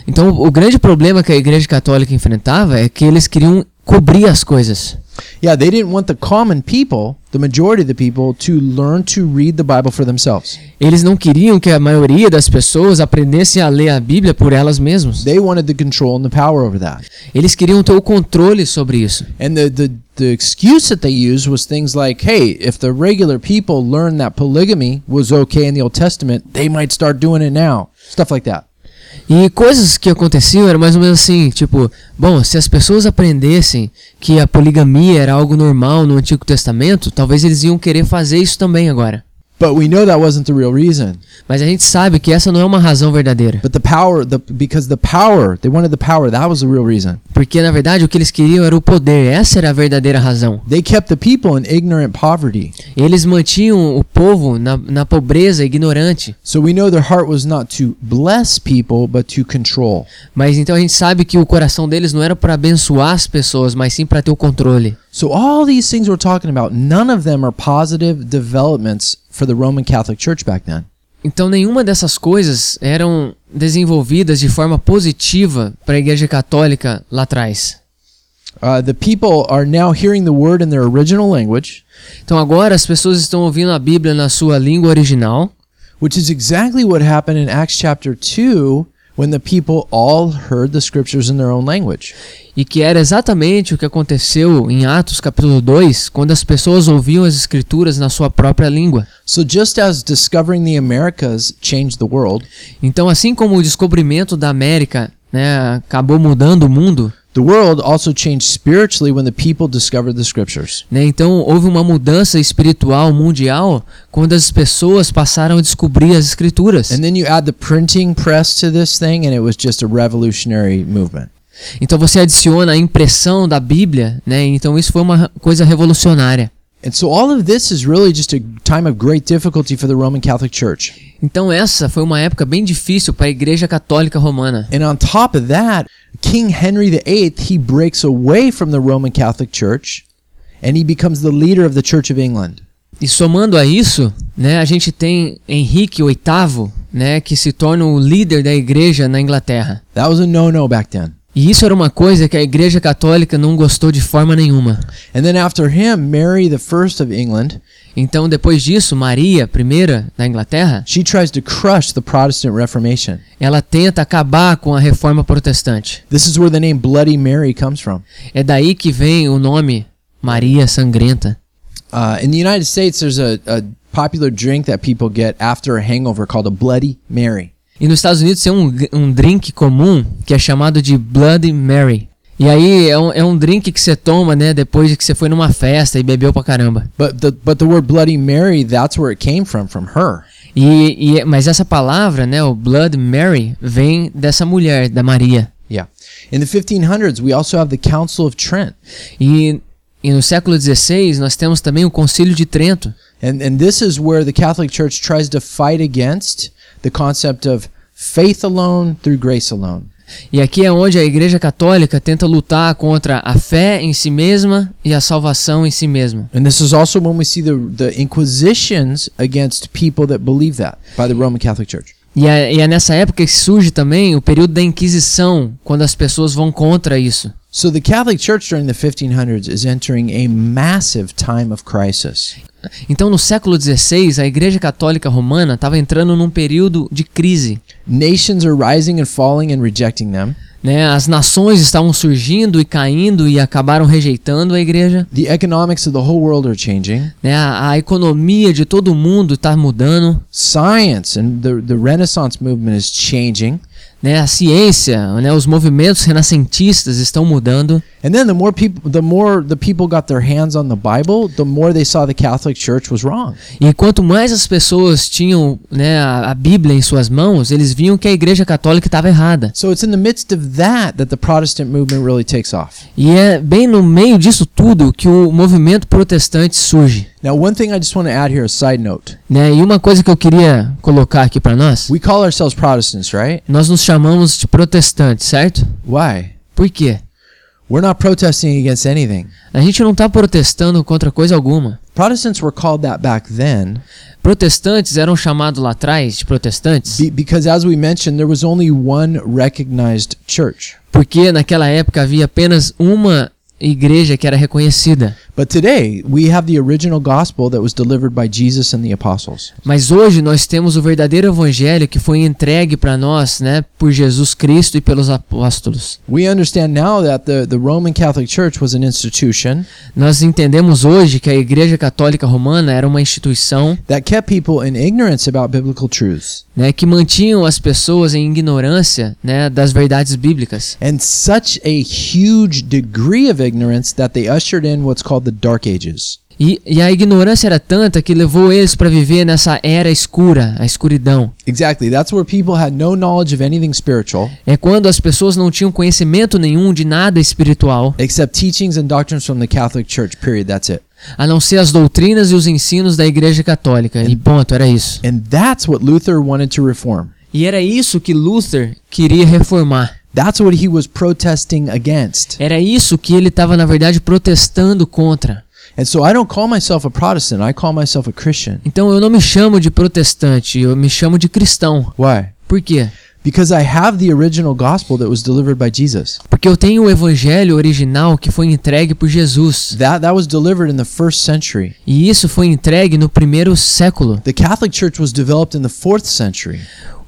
[SPEAKER 2] Então, o o grande problema que a Igreja Católica enfrentava é que eles queriam cobrir as coisas.
[SPEAKER 1] Yeah, they didn't want the common people, the majority of the people, to learn to read the Bible for themselves.
[SPEAKER 2] Eles não queriam que a maioria das pessoas aprendessem a ler a Bíblia por elas mesmas.
[SPEAKER 1] They wanted the control and the power over that.
[SPEAKER 2] Eles queriam ter o controle sobre isso.
[SPEAKER 1] And the, the, the excuse that they used was things like, hey, if the regular people learned that polygamy was okay in the Old Testament, they might start doing it now. Stuff like that.
[SPEAKER 2] E coisas que aconteciam eram mais ou menos assim, tipo, bom, se as pessoas aprendessem que a poligamia era algo normal no Antigo Testamento, talvez eles iam querer fazer isso também agora.
[SPEAKER 1] But we know that wasn't the real reason.
[SPEAKER 2] Mas a gente sabe que essa não é uma razão verdadeira.
[SPEAKER 1] But the power, the because the power, they wanted the power. That was the real reason.
[SPEAKER 2] Porque na verdade o que eles queriam era o poder. Essa era a verdadeira razão.
[SPEAKER 1] They kept the people in ignorant poverty.
[SPEAKER 2] Eles mantinham o povo na, na pobreza ignorante.
[SPEAKER 1] So we know their heart was not to bless people, but to control.
[SPEAKER 2] Mas então a gente sabe que o coração deles não era para abençoar as pessoas, mas sim para ter o controle.
[SPEAKER 1] So all these things we're talking about, none of them are positive developments for the Roman Catholic Church back then.
[SPEAKER 2] Então nenhuma dessas coisas eram desenvolvidas de forma positiva para a Igreja Católica lá atrás.
[SPEAKER 1] Uh, the people are now hearing the word in their original language,
[SPEAKER 2] Então agora as pessoas estão ouvindo a Bíblia na sua língua original,
[SPEAKER 1] which is exactly what happened in Acts chapter 2 when the people all heard the scriptures in their own language.
[SPEAKER 2] e que era exatamente o que aconteceu em Atos capítulo 2, quando as pessoas ouviam as escrituras na sua própria língua.
[SPEAKER 1] So just as discovering the Americas changed the world,
[SPEAKER 2] Então assim como o descobrimento da América, né, acabou mudando o mundo,
[SPEAKER 1] the world also changed spiritually when the people discovered the scriptures.
[SPEAKER 2] né? Então houve uma mudança espiritual mundial quando as pessoas passaram a descobrir as escrituras.
[SPEAKER 1] And then you add the printing press to this thing and it was just a revolutionary movement.
[SPEAKER 2] Então você adiciona a impressão da Bíblia, né? Então isso foi uma coisa revolucionária.
[SPEAKER 1] And so all of this is really just a time of great difficulty for the Roman Catholic Church.
[SPEAKER 2] Então essa foi uma época bem difícil para a Igreja Católica Romana.
[SPEAKER 1] And on top of that, King Henry VIII, he breaks away from the Roman Catholic Church and he becomes the leader of the Church of England.
[SPEAKER 2] E somando a isso, né, a gente tem Henrique VIII, né, que se torna o líder da Igreja na Inglaterra.
[SPEAKER 1] That was a no-no back then.
[SPEAKER 2] E isso era uma coisa que a Igreja Católica não gostou de forma nenhuma.
[SPEAKER 1] And then after him, Mary the First of England,
[SPEAKER 2] Então depois disso, Maria I da Inglaterra,
[SPEAKER 1] she tries to crush the Protestant Reformation.
[SPEAKER 2] ela tenta acabar com a Reforma Protestante.
[SPEAKER 1] This is where the name Bloody Mary comes from.
[SPEAKER 2] É daí que vem o nome Maria Sangrenta.
[SPEAKER 1] Uh, in the United States, there's a, a popular drink that people get after a hangover called a Bloody Mary.
[SPEAKER 2] E nos Estados Unidos tem um, um drink comum que é chamado de Bloody Mary. E aí é um, é um drink que você toma, né, depois de que você foi numa festa e bebeu pra caramba.
[SPEAKER 1] But the but the word Bloody Mary, that's where it came from, from her.
[SPEAKER 2] E, e- mas essa palavra, né, o Blood Mary, vem dessa mulher, da Maria.
[SPEAKER 1] Yeah. In the 1500s, we also have the Council of Trent,
[SPEAKER 2] E, e no século XVI nós temos também o Concílio de Trento.
[SPEAKER 1] and and this is where the Catholic Church tries to fight against the concept of faith alone through grace alone.
[SPEAKER 2] E aqui é onde a Igreja Católica tenta lutar contra a fé em si mesma e a salvação em si mesma.
[SPEAKER 1] And this is also when we see the the inquisitions against people that believe that by the Roman Catholic Church.
[SPEAKER 2] E é, e é nessa época que surge também o período da Inquisição, quando as pessoas vão contra isso.
[SPEAKER 1] So the Catholic Church during the 1500s is entering a massive time of crisis.
[SPEAKER 2] Então, no século XVI, a Igreja Católica Romana estava entrando num período de crise.
[SPEAKER 1] Nations are rising and falling and rejecting them.
[SPEAKER 2] Né? As nações estavam surgindo e caindo e acabaram rejeitando a Igreja.
[SPEAKER 1] The economics of the whole world are changing.
[SPEAKER 2] Né? A, a economia de todo mundo está mudando.
[SPEAKER 1] Science and the, the Renaissance movement is changing.
[SPEAKER 2] Né? A ciência, né? os movimentos renascentistas estão mudando.
[SPEAKER 1] And then the more people the more the people got their hands on the Bible, the more they saw the Catholic Church was wrong.
[SPEAKER 2] E quanto mais as pessoas tinham né, a, a Bíblia em suas mãos, eles viam que a Igreja Católica estava errada.
[SPEAKER 1] So it's in the midst of that that the Protestant movement really takes off.
[SPEAKER 2] E é bem no meio disso tudo que o movimento protestante surge.
[SPEAKER 1] Now, one thing I just want to add here, a side note.
[SPEAKER 2] Né? E uma coisa que eu queria colocar aqui para nós,
[SPEAKER 1] We call ourselves Protestants, right?
[SPEAKER 2] nós nos chamamos de protestantes, certo?
[SPEAKER 1] Why?
[SPEAKER 2] Por quê?
[SPEAKER 1] We're not protesting against anything.
[SPEAKER 2] A gente não está protestando contra coisa alguma.
[SPEAKER 1] Protestants were called that back then
[SPEAKER 2] Protestantes eram chamados lá atrás de protestantes,
[SPEAKER 1] be- because, as we mentioned, there was only one recognized church.
[SPEAKER 2] porque naquela época havia apenas uma igreja que era reconhecida.
[SPEAKER 1] But today, we have the original gospel that was delivered by Jesus and the apostles.
[SPEAKER 2] Mas hoje nós temos o verdadeiro evangelho que foi entregue para nós, né, por Jesus Cristo e pelos apóstolos.
[SPEAKER 1] We understand now that the, the Roman Catholic Church was an institution
[SPEAKER 2] Nós entendemos hoje que a Igreja Católica Romana era uma instituição,
[SPEAKER 1] that kept people in ignorance about biblical truths.
[SPEAKER 2] né, que mantinha as pessoas em ignorância, né, das verdades bíblicas.
[SPEAKER 1] And such a huge degree of ignorance that they ushered in what's called the Dark Ages.
[SPEAKER 2] E, e a ignorância era tanta que levou eles para viver nessa era escura, a escuridão.
[SPEAKER 1] Exactly. That's where people had no knowledge of anything spiritual
[SPEAKER 2] É quando as pessoas não tinham conhecimento nenhum de nada espiritual,
[SPEAKER 1] except teachings and doctrines from the Catholic Church, period. That's it.
[SPEAKER 2] a não ser as doutrinas e os ensinos da Igreja Católica. E ponto, era isso.
[SPEAKER 1] And that's what Luther wanted to reform.
[SPEAKER 2] E era isso que Luther queria reformar.
[SPEAKER 1] That's what he was protesting against.
[SPEAKER 2] Era isso que ele estava, na verdade, protestando contra.
[SPEAKER 1] And so I don't call myself a Protestant, I call myself a Christian.
[SPEAKER 2] Então eu não me chamo de protestante, eu me chamo de cristão.
[SPEAKER 1] Why?
[SPEAKER 2] Por quê?
[SPEAKER 1] Because I have the original gospel that was delivered by Jesus.
[SPEAKER 2] Porque eu tenho o evangelho original que foi entregue por Jesus.
[SPEAKER 1] That that was delivered in the first century.
[SPEAKER 2] E isso foi entregue no primeiro século.
[SPEAKER 1] The Catholic Church was developed in the 4th century,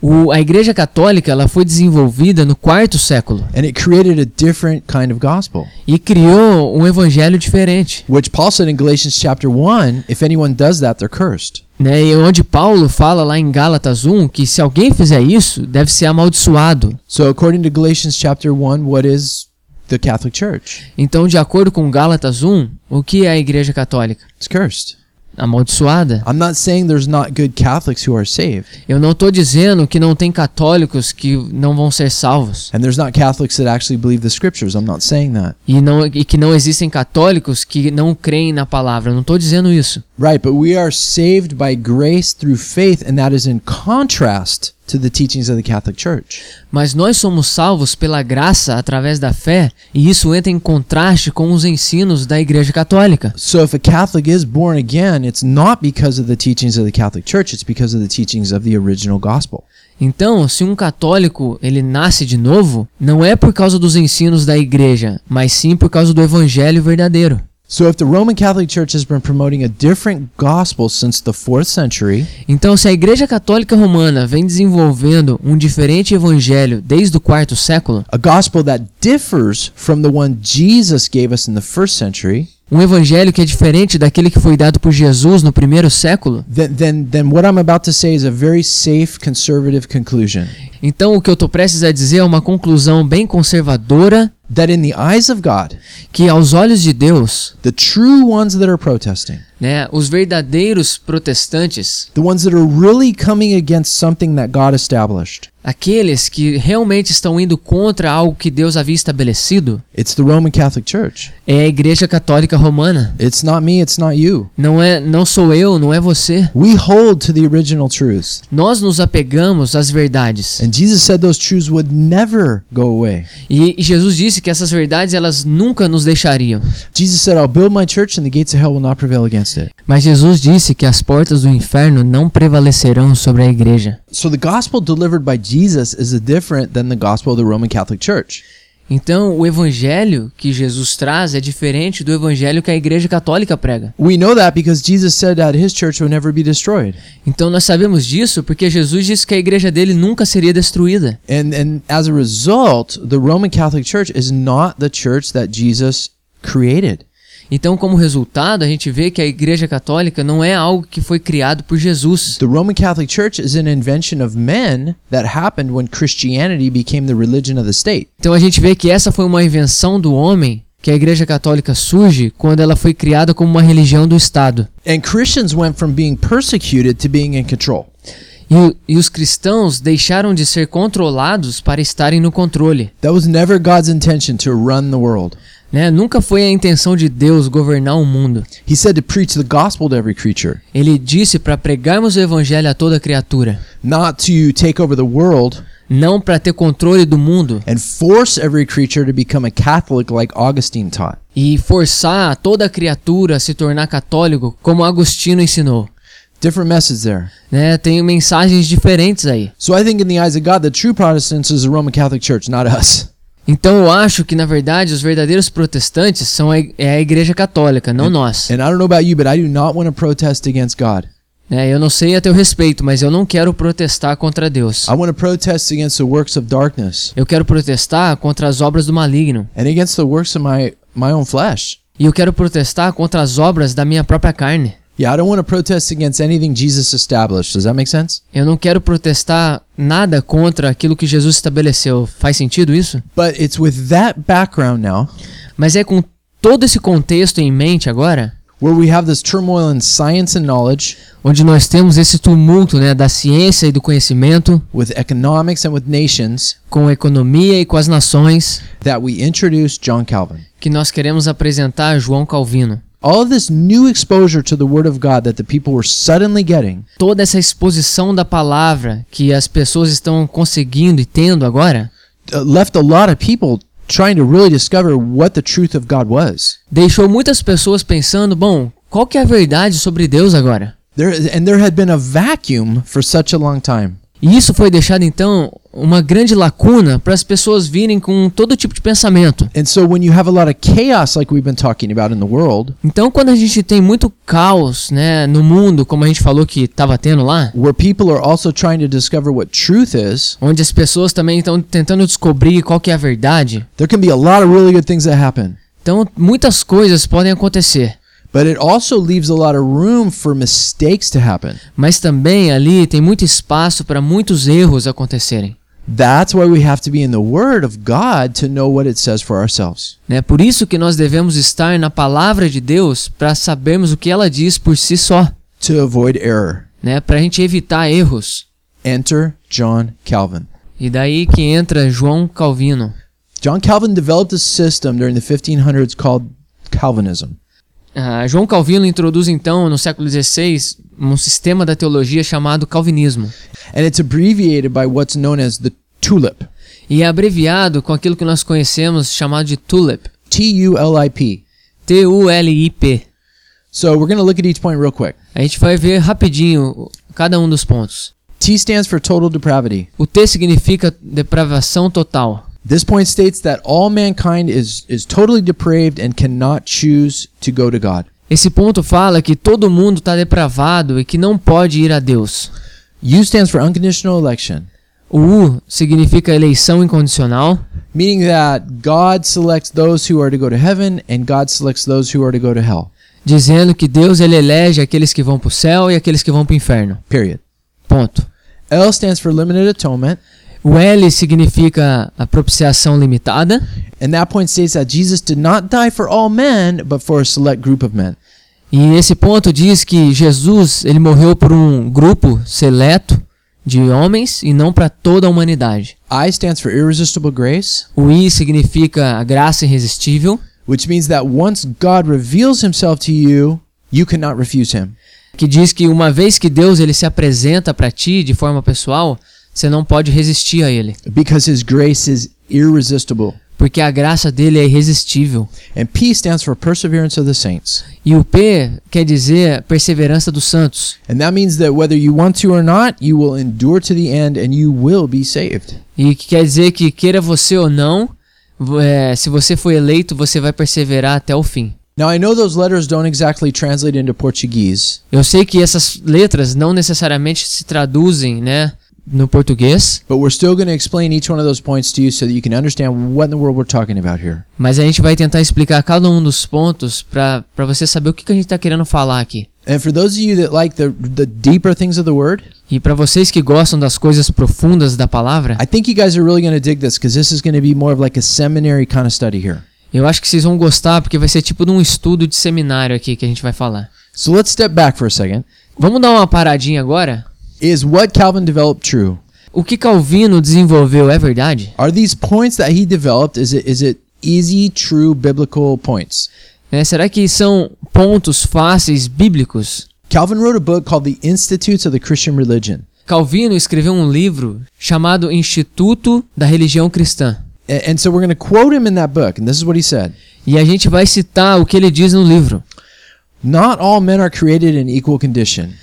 [SPEAKER 2] O- a Igreja Católica ela foi desenvolvida no quarto século
[SPEAKER 1] and it created a different kind of gospel,
[SPEAKER 2] e criou um evangelho diferente,
[SPEAKER 1] which Paul said in Galatians chapter 1, if anyone does that, they're cursed.
[SPEAKER 2] né? E onde Paulo fala lá em Gálatas 1 que se alguém fizer isso deve ser amaldiçoado.
[SPEAKER 1] So according to Galatians chapter 1, what is the Catholic Church?
[SPEAKER 2] Então, de acordo com Gálatas 1, o que é a Igreja Católica?
[SPEAKER 1] It's cursed.
[SPEAKER 2] Amaldiçoada.
[SPEAKER 1] I'm not saying there's not good Catholics who are saved,
[SPEAKER 2] Eu não estou dizendo que não tem católicos que não vão ser salvos
[SPEAKER 1] and there's not Catholics that actually believe the scriptures. I'm not saying that.
[SPEAKER 2] e, não, e que não existem católicos que não creem na palavra. Eu não estou dizendo isso.
[SPEAKER 1] Right, but we are saved by grace through faith, and that is in contrast to the teachings of the Catholic Church.
[SPEAKER 2] Mas nós somos salvos pela graça através da fé, e isso entra em contraste com os ensinos da Igreja Católica.
[SPEAKER 1] So if a Catholic is born again, it's not because of the teachings of the Catholic Church, it's because of the teachings of the original gospel.
[SPEAKER 2] Então, se um católico ele nasce de novo, não é por causa dos ensinos da Igreja, mas sim por causa do Evangelho verdadeiro.
[SPEAKER 1] So if the Roman Catholic Church has been promoting a different gospel since the 4th century,
[SPEAKER 2] Então, se a Igreja Católica Romana vem desenvolvendo um diferente Evangelho desde o quarto século,
[SPEAKER 1] a gospel that differs from the one Jesus gave us in the 1st century,
[SPEAKER 2] um Evangelho que é diferente daquele que foi dado por Jesus no primeiro século,
[SPEAKER 1] then then then what I'm about to say is a very safe conservative conclusion
[SPEAKER 2] então o que eu estou prestes a dizer é uma conclusão bem conservadora
[SPEAKER 1] that in the eyes of God,
[SPEAKER 2] que aos olhos de Deus,
[SPEAKER 1] the true ones that are protesting,
[SPEAKER 2] né, os verdadeiros protestantes,
[SPEAKER 1] the ones that are really coming against something that God established,
[SPEAKER 2] aqueles que realmente estão indo contra algo que Deus havia estabelecido,
[SPEAKER 1] it's the Roman Catholic Church.
[SPEAKER 2] é a Igreja Católica Romana.
[SPEAKER 1] It's not me, it's not you.
[SPEAKER 2] Não é, não sou eu, não é você.
[SPEAKER 1] We hold to the original truths.
[SPEAKER 2] Nós nos apegamos às verdades.
[SPEAKER 1] And Jesus said those truths would never go away.
[SPEAKER 2] E e Jesus disse que essas verdades elas nunca nos deixariam.
[SPEAKER 1] Jesus said, I'll build my church and the gates of hell will not prevail against it.
[SPEAKER 2] Mas Jesus disse que as portas do inferno não prevalecerão sobre a igreja.
[SPEAKER 1] So the gospel delivered by Jesus is different than the gospel of the Roman Catholic Church.
[SPEAKER 2] Então, o evangelho que Jesus traz é diferente do evangelho que a igreja católica prega.
[SPEAKER 1] We know that because Jesus said that his church would never be destroyed.
[SPEAKER 2] Então nós sabemos disso porque Jesus disse que a igreja dele nunca seria destruída.
[SPEAKER 1] And and as a result, the Roman Catholic Church is not the church that Jesus created.
[SPEAKER 2] Então, como resultado, a gente vê que a igreja católica não é algo que foi criado por Jesus.
[SPEAKER 1] The Roman Catholic Church is an invention of men that happened when Christianity became the religion of the state.
[SPEAKER 2] Então a gente vê que essa foi uma invenção do homem, que a igreja católica surge quando ela foi criada como uma religião do Estado.
[SPEAKER 1] And Christians went from being persecuted to being in control.
[SPEAKER 2] E, o- e os cristãos deixaram de ser controlados para estarem no controle.
[SPEAKER 1] That was never God's intention to run the world.
[SPEAKER 2] né? Nunca foi a intenção de Deus governar o mundo.
[SPEAKER 1] He said to preach the gospel to every creature,
[SPEAKER 2] Ele disse para pregarmos o evangelho a toda criatura,
[SPEAKER 1] not to take over the world
[SPEAKER 2] não para ter controle do mundo.
[SPEAKER 1] and force every creature to become a Catholic like Augustine taught.
[SPEAKER 2] e forçar toda criatura a se tornar católico, como Agostinho ensinou.
[SPEAKER 1] Different message there.
[SPEAKER 2] Né? Tem mensagens diferentes aí.
[SPEAKER 1] So I think in the eyes of God, the true Protestants is the Roman Catholic Church, not us.
[SPEAKER 2] Então eu acho que, na verdade, os verdadeiros protestantes são a, é a Igreja Católica, não nós.
[SPEAKER 1] And I don't know about you, but I do not want to protest against God.
[SPEAKER 2] Né? Eu não sei a teu respeito, mas eu não quero protestar contra Deus.
[SPEAKER 1] I want to protest against the works of darkness
[SPEAKER 2] Eu quero protestar contra as obras do maligno.
[SPEAKER 1] and against the works of my, my own flesh.
[SPEAKER 2] E eu quero protestar contra as obras da minha própria carne.
[SPEAKER 1] Yeah, I don't want to protest against anything Jesus established. Does that make sense?
[SPEAKER 2] Eu não quero protestar nada contra aquilo que Jesus estabeleceu. Faz sentido isso?
[SPEAKER 1] But it's with that background now
[SPEAKER 2] Mas é com todo esse contexto em mente agora
[SPEAKER 1] where we have this turmoil in science and knowledge,
[SPEAKER 2] onde nós temos esse tumulto né, da ciência e do conhecimento
[SPEAKER 1] with economics and with nations,
[SPEAKER 2] com a economia e com as nações
[SPEAKER 1] that we introduced John Calvin.
[SPEAKER 2] que nós queremos apresentar a João Calvino.
[SPEAKER 1] All of this new exposure to the Word of God that the people were suddenly getting
[SPEAKER 2] Toda essa exposição da palavra que as pessoas estão conseguindo e tendo agora
[SPEAKER 1] uh, left a lot of people trying to really discover what the truth of God was.
[SPEAKER 2] deixou muitas pessoas pensando, bom, qual que é a verdade sobre Deus agora?
[SPEAKER 1] There, and there had been a vacuum for such a long time.
[SPEAKER 2] E isso foi deixado então uma grande lacuna para as pessoas virem com todo tipo de pensamento.
[SPEAKER 1] And so when you have a lot of chaos like we've been talking about in the world,
[SPEAKER 2] Então, quando a gente tem muito caos, né, no mundo, como a gente falou que estava tendo lá,
[SPEAKER 1] where people are also trying to discover what truth is,
[SPEAKER 2] onde as pessoas também estão tentando descobrir qual que é a verdade.
[SPEAKER 1] there can be a lot of really good things that happen.
[SPEAKER 2] Então, muitas coisas podem acontecer,
[SPEAKER 1] But it also leaves a lot of room for mistakes to happen.
[SPEAKER 2] mas também ali tem muito espaço para muitos erros acontecerem.
[SPEAKER 1] That's why we have to be in the Word of God to know what it says for ourselves.
[SPEAKER 2] Né? Por isso que nós devemos estar na palavra de Deus para sabermos o que ela diz por si só,
[SPEAKER 1] To avoid error,
[SPEAKER 2] né? para a gente evitar erros.
[SPEAKER 1] enter John Calvin.
[SPEAKER 2] E daí que entra João Calvino.
[SPEAKER 1] John Calvin developed a system during the 1500s called Calvinism.
[SPEAKER 2] Ah, João Calvino introduz então, no século XVI, um sistema da teologia chamado Calvinismo.
[SPEAKER 1] And it's abbreviated by what's known as the TULIP.
[SPEAKER 2] E é abreviado com aquilo que nós conhecemos chamado de TULIP.
[SPEAKER 1] T U L I P.
[SPEAKER 2] T-U-L-I-P.
[SPEAKER 1] So we're going to look at each point real quick.
[SPEAKER 2] A gente vai ver rapidinho cada um dos pontos.
[SPEAKER 1] T stands for total depravity.
[SPEAKER 2] O T significa depravação total.
[SPEAKER 1] This point states that all mankind is, is totally depraved and cannot choose to go to God.
[SPEAKER 2] Esse ponto fala que todo mundo está depravado e que não pode ir a Deus.
[SPEAKER 1] U stands for unconditional election,
[SPEAKER 2] O U significa eleição incondicional,
[SPEAKER 1] meaning that God selects those who are to go to heaven and God selects those who are to go to hell.
[SPEAKER 2] dizendo que Deus ele elege aqueles que vão para o céu e aqueles que vão para o inferno.
[SPEAKER 1] Period.
[SPEAKER 2] Ponto.
[SPEAKER 1] L stands for limited atonement,
[SPEAKER 2] O L significa a propiciação limitada,
[SPEAKER 1] and that point states that Jesus did not die for all men, but for a select group of men.
[SPEAKER 2] e esse ponto diz que Jesus ele morreu por um grupo seleto de homens e não para toda a humanidade.
[SPEAKER 1] I stands for irresistible grace,
[SPEAKER 2] O I significa a graça irresistível,
[SPEAKER 1] which means that once God reveals himself to you, you cannot refuse him.
[SPEAKER 2] que diz que uma vez que Deus ele se apresenta para ti de forma pessoal, você não pode resistir a ele,
[SPEAKER 1] because his grace is irresistible.
[SPEAKER 2] porque a graça dele é irresistível.
[SPEAKER 1] And P stands for perseverance of the saints.
[SPEAKER 2] E o P quer dizer perseverança dos santos.
[SPEAKER 1] And that means that whether you want to or not, you will endure to the end and you will be saved.
[SPEAKER 2] E que quer dizer que, queira você ou não, vo- é, se você foi eleito, você vai perseverar até o fim.
[SPEAKER 1] Now, I know those letters don't exactly translate into Portuguese,
[SPEAKER 2] Eu sei que essas letras não necessariamente se traduzem né, no português,
[SPEAKER 1] but we're still going to explain each one of those points to you so that you can understand what in the world we're talking about here.
[SPEAKER 2] mas a gente vai tentar explicar cada um dos pontos para você saber o que, que a gente está querendo falar aqui.
[SPEAKER 1] And for those of you that like the, the deeper things of the word,
[SPEAKER 2] E para vocês que gostam das coisas profundas da palavra,
[SPEAKER 1] I think you guys are really going to dig this because this is going to be more of like a seminary kind of study here.
[SPEAKER 2] eu acho que vocês vão gostar porque vai ser tipo de um estudo de seminário aqui que a gente vai falar.
[SPEAKER 1] So let's step back for a second.
[SPEAKER 2] Vamos dar uma paradinha agora?
[SPEAKER 1] Is what Calvin developed true?
[SPEAKER 2] O que Calvino desenvolveu é verdade?
[SPEAKER 1] Are these points that he developed? Is it is it easy, true biblical points?
[SPEAKER 2] Né, Será que são pontos fáceis bíblicos?
[SPEAKER 1] Calvin wrote a book called The Institutes of the Christian Religion,
[SPEAKER 2] Calvino escreveu um livro chamado Instituto da Religião Cristã.
[SPEAKER 1] A- and so we're going to quote him in that book. And this is what he said:
[SPEAKER 2] E a gente vai citar o que ele diz no livro.
[SPEAKER 1] Not all men are created in equal condition,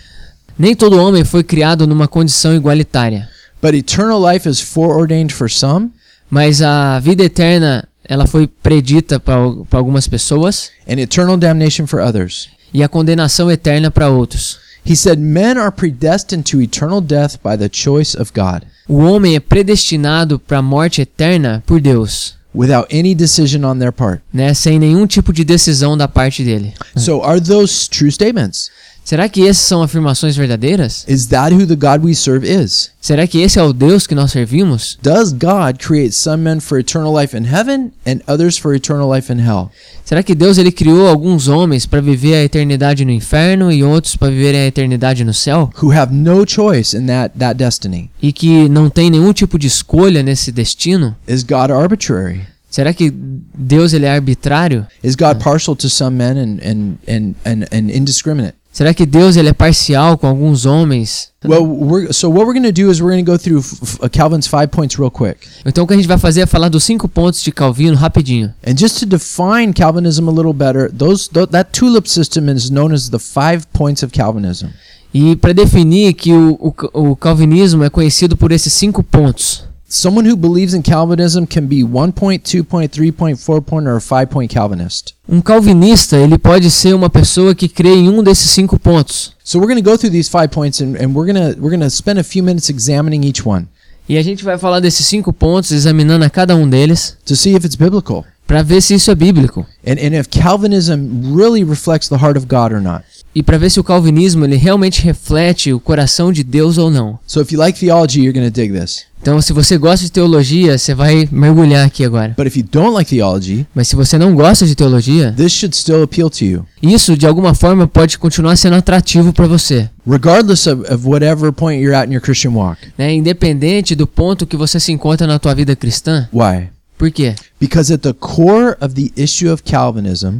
[SPEAKER 2] Nem todo homem foi criado numa condição igualitária,
[SPEAKER 1] but eternal life is foreordained for some,
[SPEAKER 2] mas a vida eterna ela foi predita para algumas pessoas
[SPEAKER 1] and eternal damnation for others.
[SPEAKER 2] e a condenação eterna para outros.
[SPEAKER 1] He said, "Men are predestined to eternal death by the choice of God,
[SPEAKER 2] O homem é predestinado para a morte eterna por Deus,
[SPEAKER 1] without any decision on their part."
[SPEAKER 2] né, sem nenhum tipo de decisão da parte dele.
[SPEAKER 1] So, are those true statements?
[SPEAKER 2] Será que essas são afirmações verdadeiras?
[SPEAKER 1] Is that who the God we serve is?
[SPEAKER 2] Será que esse é o Deus que nós servimos?
[SPEAKER 1] Does God create some men for eternal life in heaven and others for eternal life in hell?
[SPEAKER 2] Será que Deus ele criou alguns homens para viver a eternidade no inferno e outros para viver a eternidade no céu?
[SPEAKER 1] Who have no choice in that, that destiny?
[SPEAKER 2] E que não tem nenhum tipo de escolha nesse destino?
[SPEAKER 1] Is God arbitrary?
[SPEAKER 2] Será que Deus ele é arbitrário?
[SPEAKER 1] Is God partial to some men and, and, and, and, and indiscriminate?
[SPEAKER 2] Será que Deus ele é parcial com alguns homens?
[SPEAKER 1] Well, we're, so what we're going to do is we're going to go through f- f- Calvin's five points real quick.
[SPEAKER 2] Então o que a gente vai fazer é falar dos cinco pontos de Calvino rapidinho.
[SPEAKER 1] And just to define Calvinism a little better, those th- that tulip system is known as the five points of Calvinism.
[SPEAKER 2] E para definir que o, o ca- o calvinismo é conhecido por esses cinco pontos.
[SPEAKER 1] Someone who believes in Calvinism can be one point, two point, three point, four point, or a five point Calvinist.
[SPEAKER 2] Um calvinista ele pode ser uma pessoa que crê em um desses cinco pontos.
[SPEAKER 1] So we're going to go through these five points, and, and we're gonna we're gonna spend a few minutes examining each one
[SPEAKER 2] E a gente vai falar desses cinco pontos, examinando a cada um deles,
[SPEAKER 1] to see if it's biblical
[SPEAKER 2] para ver se isso é bíblico
[SPEAKER 1] and and if Calvinism really reflects the heart of God or not.
[SPEAKER 2] e para ver se o calvinismo ele realmente reflete o coração de Deus ou não.
[SPEAKER 1] So if you like theology, you're going to dig this.
[SPEAKER 2] Então, se você gosta de teologia, você vai mergulhar aqui agora.
[SPEAKER 1] But if you don't like theology,
[SPEAKER 2] Mas se você não gosta de teologia,
[SPEAKER 1] this should still appeal to you,
[SPEAKER 2] isso de alguma forma pode continuar sendo atrativo para você,
[SPEAKER 1] regardless of, of whatever point you're at in your Christian walk.
[SPEAKER 2] né? Independente do ponto que você se encontra na tua vida cristã.
[SPEAKER 1] Why?
[SPEAKER 2] Por quê?
[SPEAKER 1] Because at the core of the issue of Calvinism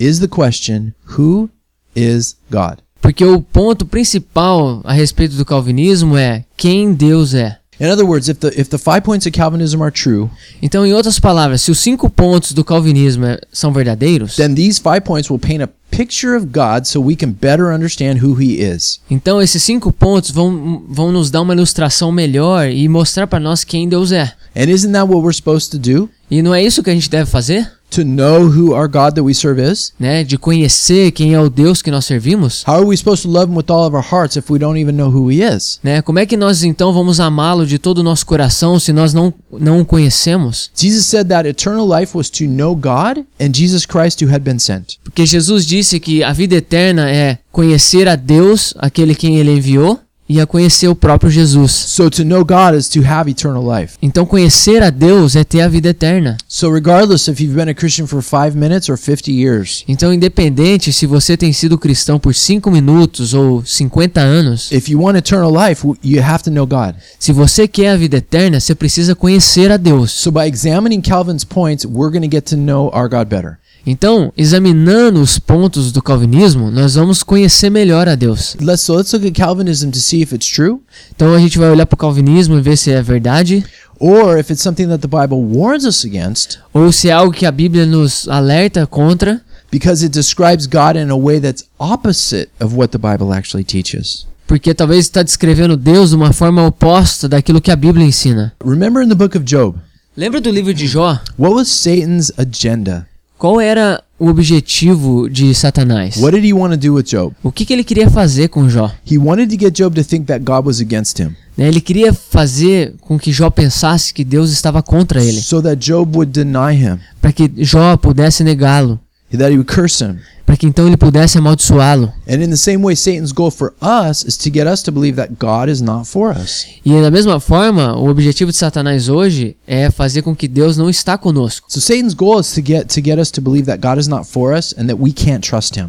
[SPEAKER 1] is the question who is God?
[SPEAKER 2] Porque o ponto principal a respeito do calvinismo é quem Deus é.
[SPEAKER 1] In other words, if the if the five points of Calvinism are true,
[SPEAKER 2] Então, em outras palavras, se os cinco pontos do calvinismo é- são verdadeiros,
[SPEAKER 1] then these five points will paint a picture of God so we can better understand who he is.
[SPEAKER 2] então esses cinco pontos vão, vão nos dar uma ilustração melhor e mostrar para nós quem Deus é.
[SPEAKER 1] And isn't that what we're supposed to do?
[SPEAKER 2] E não é isso que a gente deve fazer?
[SPEAKER 1] To know who our God that we serve is?
[SPEAKER 2] Né? De conhecer quem é o Deus que nós servimos?
[SPEAKER 1] How are we supposed to love him with all of our hearts if we don't even know who he is?
[SPEAKER 2] Né? Como é que nós então vamos amá-lo de todo o nosso coração se nós não, não o conhecemos?
[SPEAKER 1] Jesus said that eternal life was to know God and Jesus Christ who had been sent.
[SPEAKER 2] Porque Jesus disse que a vida eterna é conhecer a Deus, aquele quem ele enviou, e a conhecer o próprio Jesus.
[SPEAKER 1] So to know God is to have eternal life.
[SPEAKER 2] Então conhecer a Deus é ter a vida eterna.
[SPEAKER 1] So, regardless if you've been a Christian for five minutes or 50 years,
[SPEAKER 2] Então, independente se você tem sido cristão por 5 minutos ou 50 anos,
[SPEAKER 1] if you want eternal life, w- you have to know God.
[SPEAKER 2] se você quer a vida eterna, você precisa conhecer a Deus.
[SPEAKER 1] So, by examining Calvin's points, we're going to get to know our God better.
[SPEAKER 2] Então, examinando os pontos do calvinismo, nós vamos conhecer melhor a Deus.
[SPEAKER 1] Let's, so, let's look at Calvinism to see if it's true
[SPEAKER 2] Então, a gente vai olhar para o calvinismo e ver se é verdade
[SPEAKER 1] or if it's something that the Bible warns us against
[SPEAKER 2] ou se é algo que a Bíblia nos alerta contra,
[SPEAKER 1] because it describes God in a way that's opposite of what the Bible actually teaches.
[SPEAKER 2] porque talvez está descrevendo Deus de uma forma oposta daquilo que a Bíblia ensina.
[SPEAKER 1] Remember in the book of Job,
[SPEAKER 2] Lembra do livro de Jó?
[SPEAKER 1] what was Satan's agenda?
[SPEAKER 2] Qual era o objetivo de Satanás?
[SPEAKER 1] What did he want to do with Job?
[SPEAKER 2] O que, que ele queria fazer com Jó?
[SPEAKER 1] He wanted to get Job to think that God was against him.
[SPEAKER 2] né? Ele queria fazer com que Jó pensasse que Deus estava contra ele,
[SPEAKER 1] so that Job would deny him,
[SPEAKER 2] para que Jó pudesse negá-lo,
[SPEAKER 1] that he would curse him.
[SPEAKER 2] para que então ele pudesse amaldiçoá-lo.
[SPEAKER 1] And in the same way, Satan's goal for us is to get us to believe that God is not for us.
[SPEAKER 2] E da mesma forma, o objetivo de Satanás hoje é fazer com que Deus não está conosco.
[SPEAKER 1] So Satan's goal is to get to get us to believe that God is not for us and that we can't trust Him.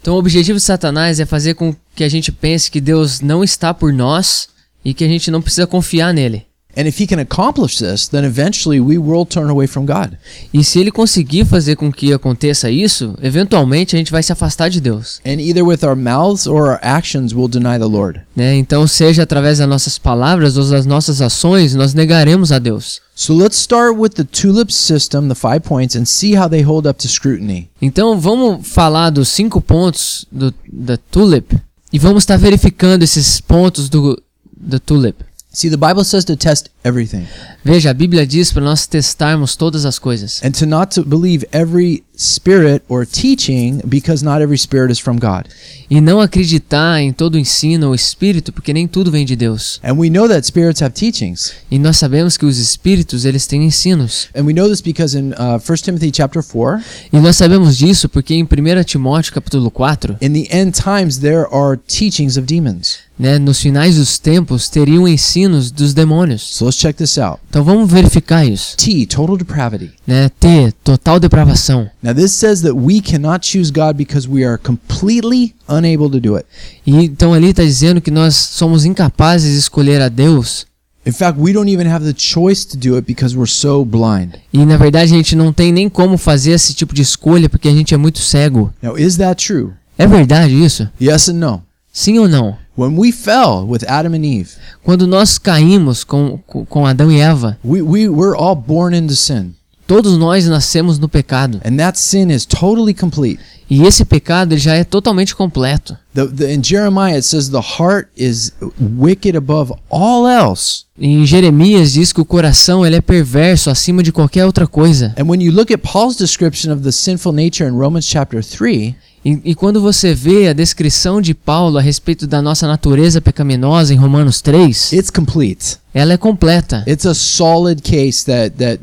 [SPEAKER 2] Então, o objetivo de Satanás é fazer com que a gente pense que Deus não está por nós e que a gente não precisa confiar nele.
[SPEAKER 1] And if he can accomplish this, then eventually we will turn away from God.
[SPEAKER 2] E se ele conseguir fazer com que aconteça isso, eventualmente a gente vai se afastar de Deus.
[SPEAKER 1] And either with our mouths or our actions, we'll deny the Lord.
[SPEAKER 2] Né? Então, seja através das nossas palavras ou das nossas ações, nós negaremos a Deus.
[SPEAKER 1] So let's start with the tulip system, the five points, and see how they hold up to scrutiny.
[SPEAKER 2] Então vamos falar dos cinco pontos do, da Tulip e vamos estar verificando esses pontos do, do Tulip.
[SPEAKER 1] See, the Bible says to test everything
[SPEAKER 2] Veja, a Bíblia diz para nós testarmos todas as coisas
[SPEAKER 1] and to not to believe every spirit or teaching because not every spirit is from God.
[SPEAKER 2] E não acreditar em todo o ensino ou espírito, porque nem tudo vem de Deus.
[SPEAKER 1] And we know that spirits have teachings.
[SPEAKER 2] E nós sabemos que os espíritos, eles têm ensinos.
[SPEAKER 1] And we know this because in uh, 1 Timothy chapter 4,
[SPEAKER 2] E nós sabemos disso porque em 1 Timóteo capítulo 4,
[SPEAKER 1] in the end times there are teachings of demons.
[SPEAKER 2] né, nos finais dos tempos, teriam ensinos dos demônios.
[SPEAKER 1] So let's check this out.
[SPEAKER 2] Então vamos verificar isso.
[SPEAKER 1] T, total depravity.
[SPEAKER 2] Né? T, total depravação.
[SPEAKER 1] Now this says that we cannot choose God because we are completely unable to do it.
[SPEAKER 2] E então ali está dizendo que nós somos incapazes de escolher a Deus
[SPEAKER 1] In fact, we don't even have the choice to do it because we're so blind.
[SPEAKER 2] E na verdade a gente não tem nem como fazer esse tipo de escolha porque a gente é muito cego.
[SPEAKER 1] Now, is that true?
[SPEAKER 2] É verdade isso?
[SPEAKER 1] Yes and no.
[SPEAKER 2] Sim ou não?
[SPEAKER 1] When we fell with Adam and Eve,
[SPEAKER 2] Quando nós caímos com, com com Adão e Eva,
[SPEAKER 1] we, we were all born into sin.
[SPEAKER 2] todos nós nascemos no pecado.
[SPEAKER 1] And that sin is totally complete.
[SPEAKER 2] E esse pecado ele já é totalmente completo.
[SPEAKER 1] The, the, in Jeremiah, it says the heart is wicked above all else.
[SPEAKER 2] Em Jeremias diz que o coração ele é perverso acima de qualquer outra coisa.
[SPEAKER 1] And when you look at Paul's description of the sinful nature in Romans chapter 3,
[SPEAKER 2] E, e quando você vê a descrição de Paulo a respeito da nossa natureza pecaminosa em Romanos 3,
[SPEAKER 1] it's complete.
[SPEAKER 2] ela é completa.
[SPEAKER 1] It's a solid case that, that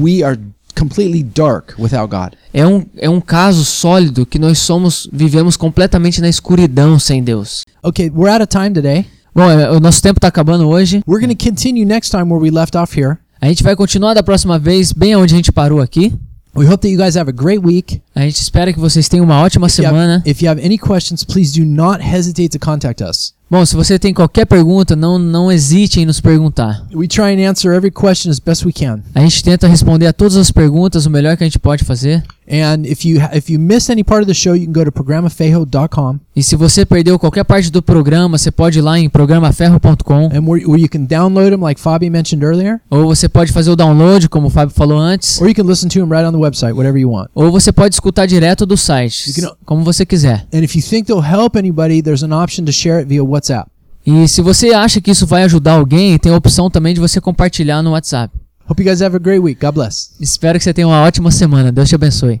[SPEAKER 1] we are completely dark without God.
[SPEAKER 2] É um, é um caso sólido que nós somos vivemos completamente na escuridão sem Deus.
[SPEAKER 1] Okay, we're out of time today.
[SPEAKER 2] Bom, é, o nosso tempo está acabando hoje.
[SPEAKER 1] We're going to continue next time where we left off here.
[SPEAKER 2] A gente vai continuar da próxima vez, bem aonde a gente parou aqui.
[SPEAKER 1] We hope that you guys have a great week.
[SPEAKER 2] A gente espera que vocês tenham uma ótima
[SPEAKER 1] If you,
[SPEAKER 2] semana.
[SPEAKER 1] have, if you have any questions, please do not hesitate to contact us.
[SPEAKER 2] Bom, se você tem qualquer pergunta, não, não hesite em nos perguntar.
[SPEAKER 1] We try and answer every question as best we can.
[SPEAKER 2] A gente tenta responder a todas as perguntas o melhor que a gente pode fazer.
[SPEAKER 1] And if you ha- if you missed any part of the show, you can go to programafejo.com
[SPEAKER 2] E se você perdeu qualquer parte do programa, você pode ir lá em programaferro.com
[SPEAKER 1] and where, where you can download them, like Fabi mentioned earlier,
[SPEAKER 2] ou você pode fazer o download, como o Fábio falou antes.
[SPEAKER 1] or you can listen to them right on the website, whatever you want.
[SPEAKER 2] Ou você pode escutar direto do site,
[SPEAKER 1] You can-
[SPEAKER 2] como você quiser.
[SPEAKER 1] And if you think they'll help anybody, there's an option to share it via WhatsApp.
[SPEAKER 2] E se você acha que isso vai ajudar alguém, tem a opção também de você compartilhar no WhatsApp.
[SPEAKER 1] Hope you guys have a great week. God bless.
[SPEAKER 2] Espero que você tenha uma ótima semana. Deus te abençoe.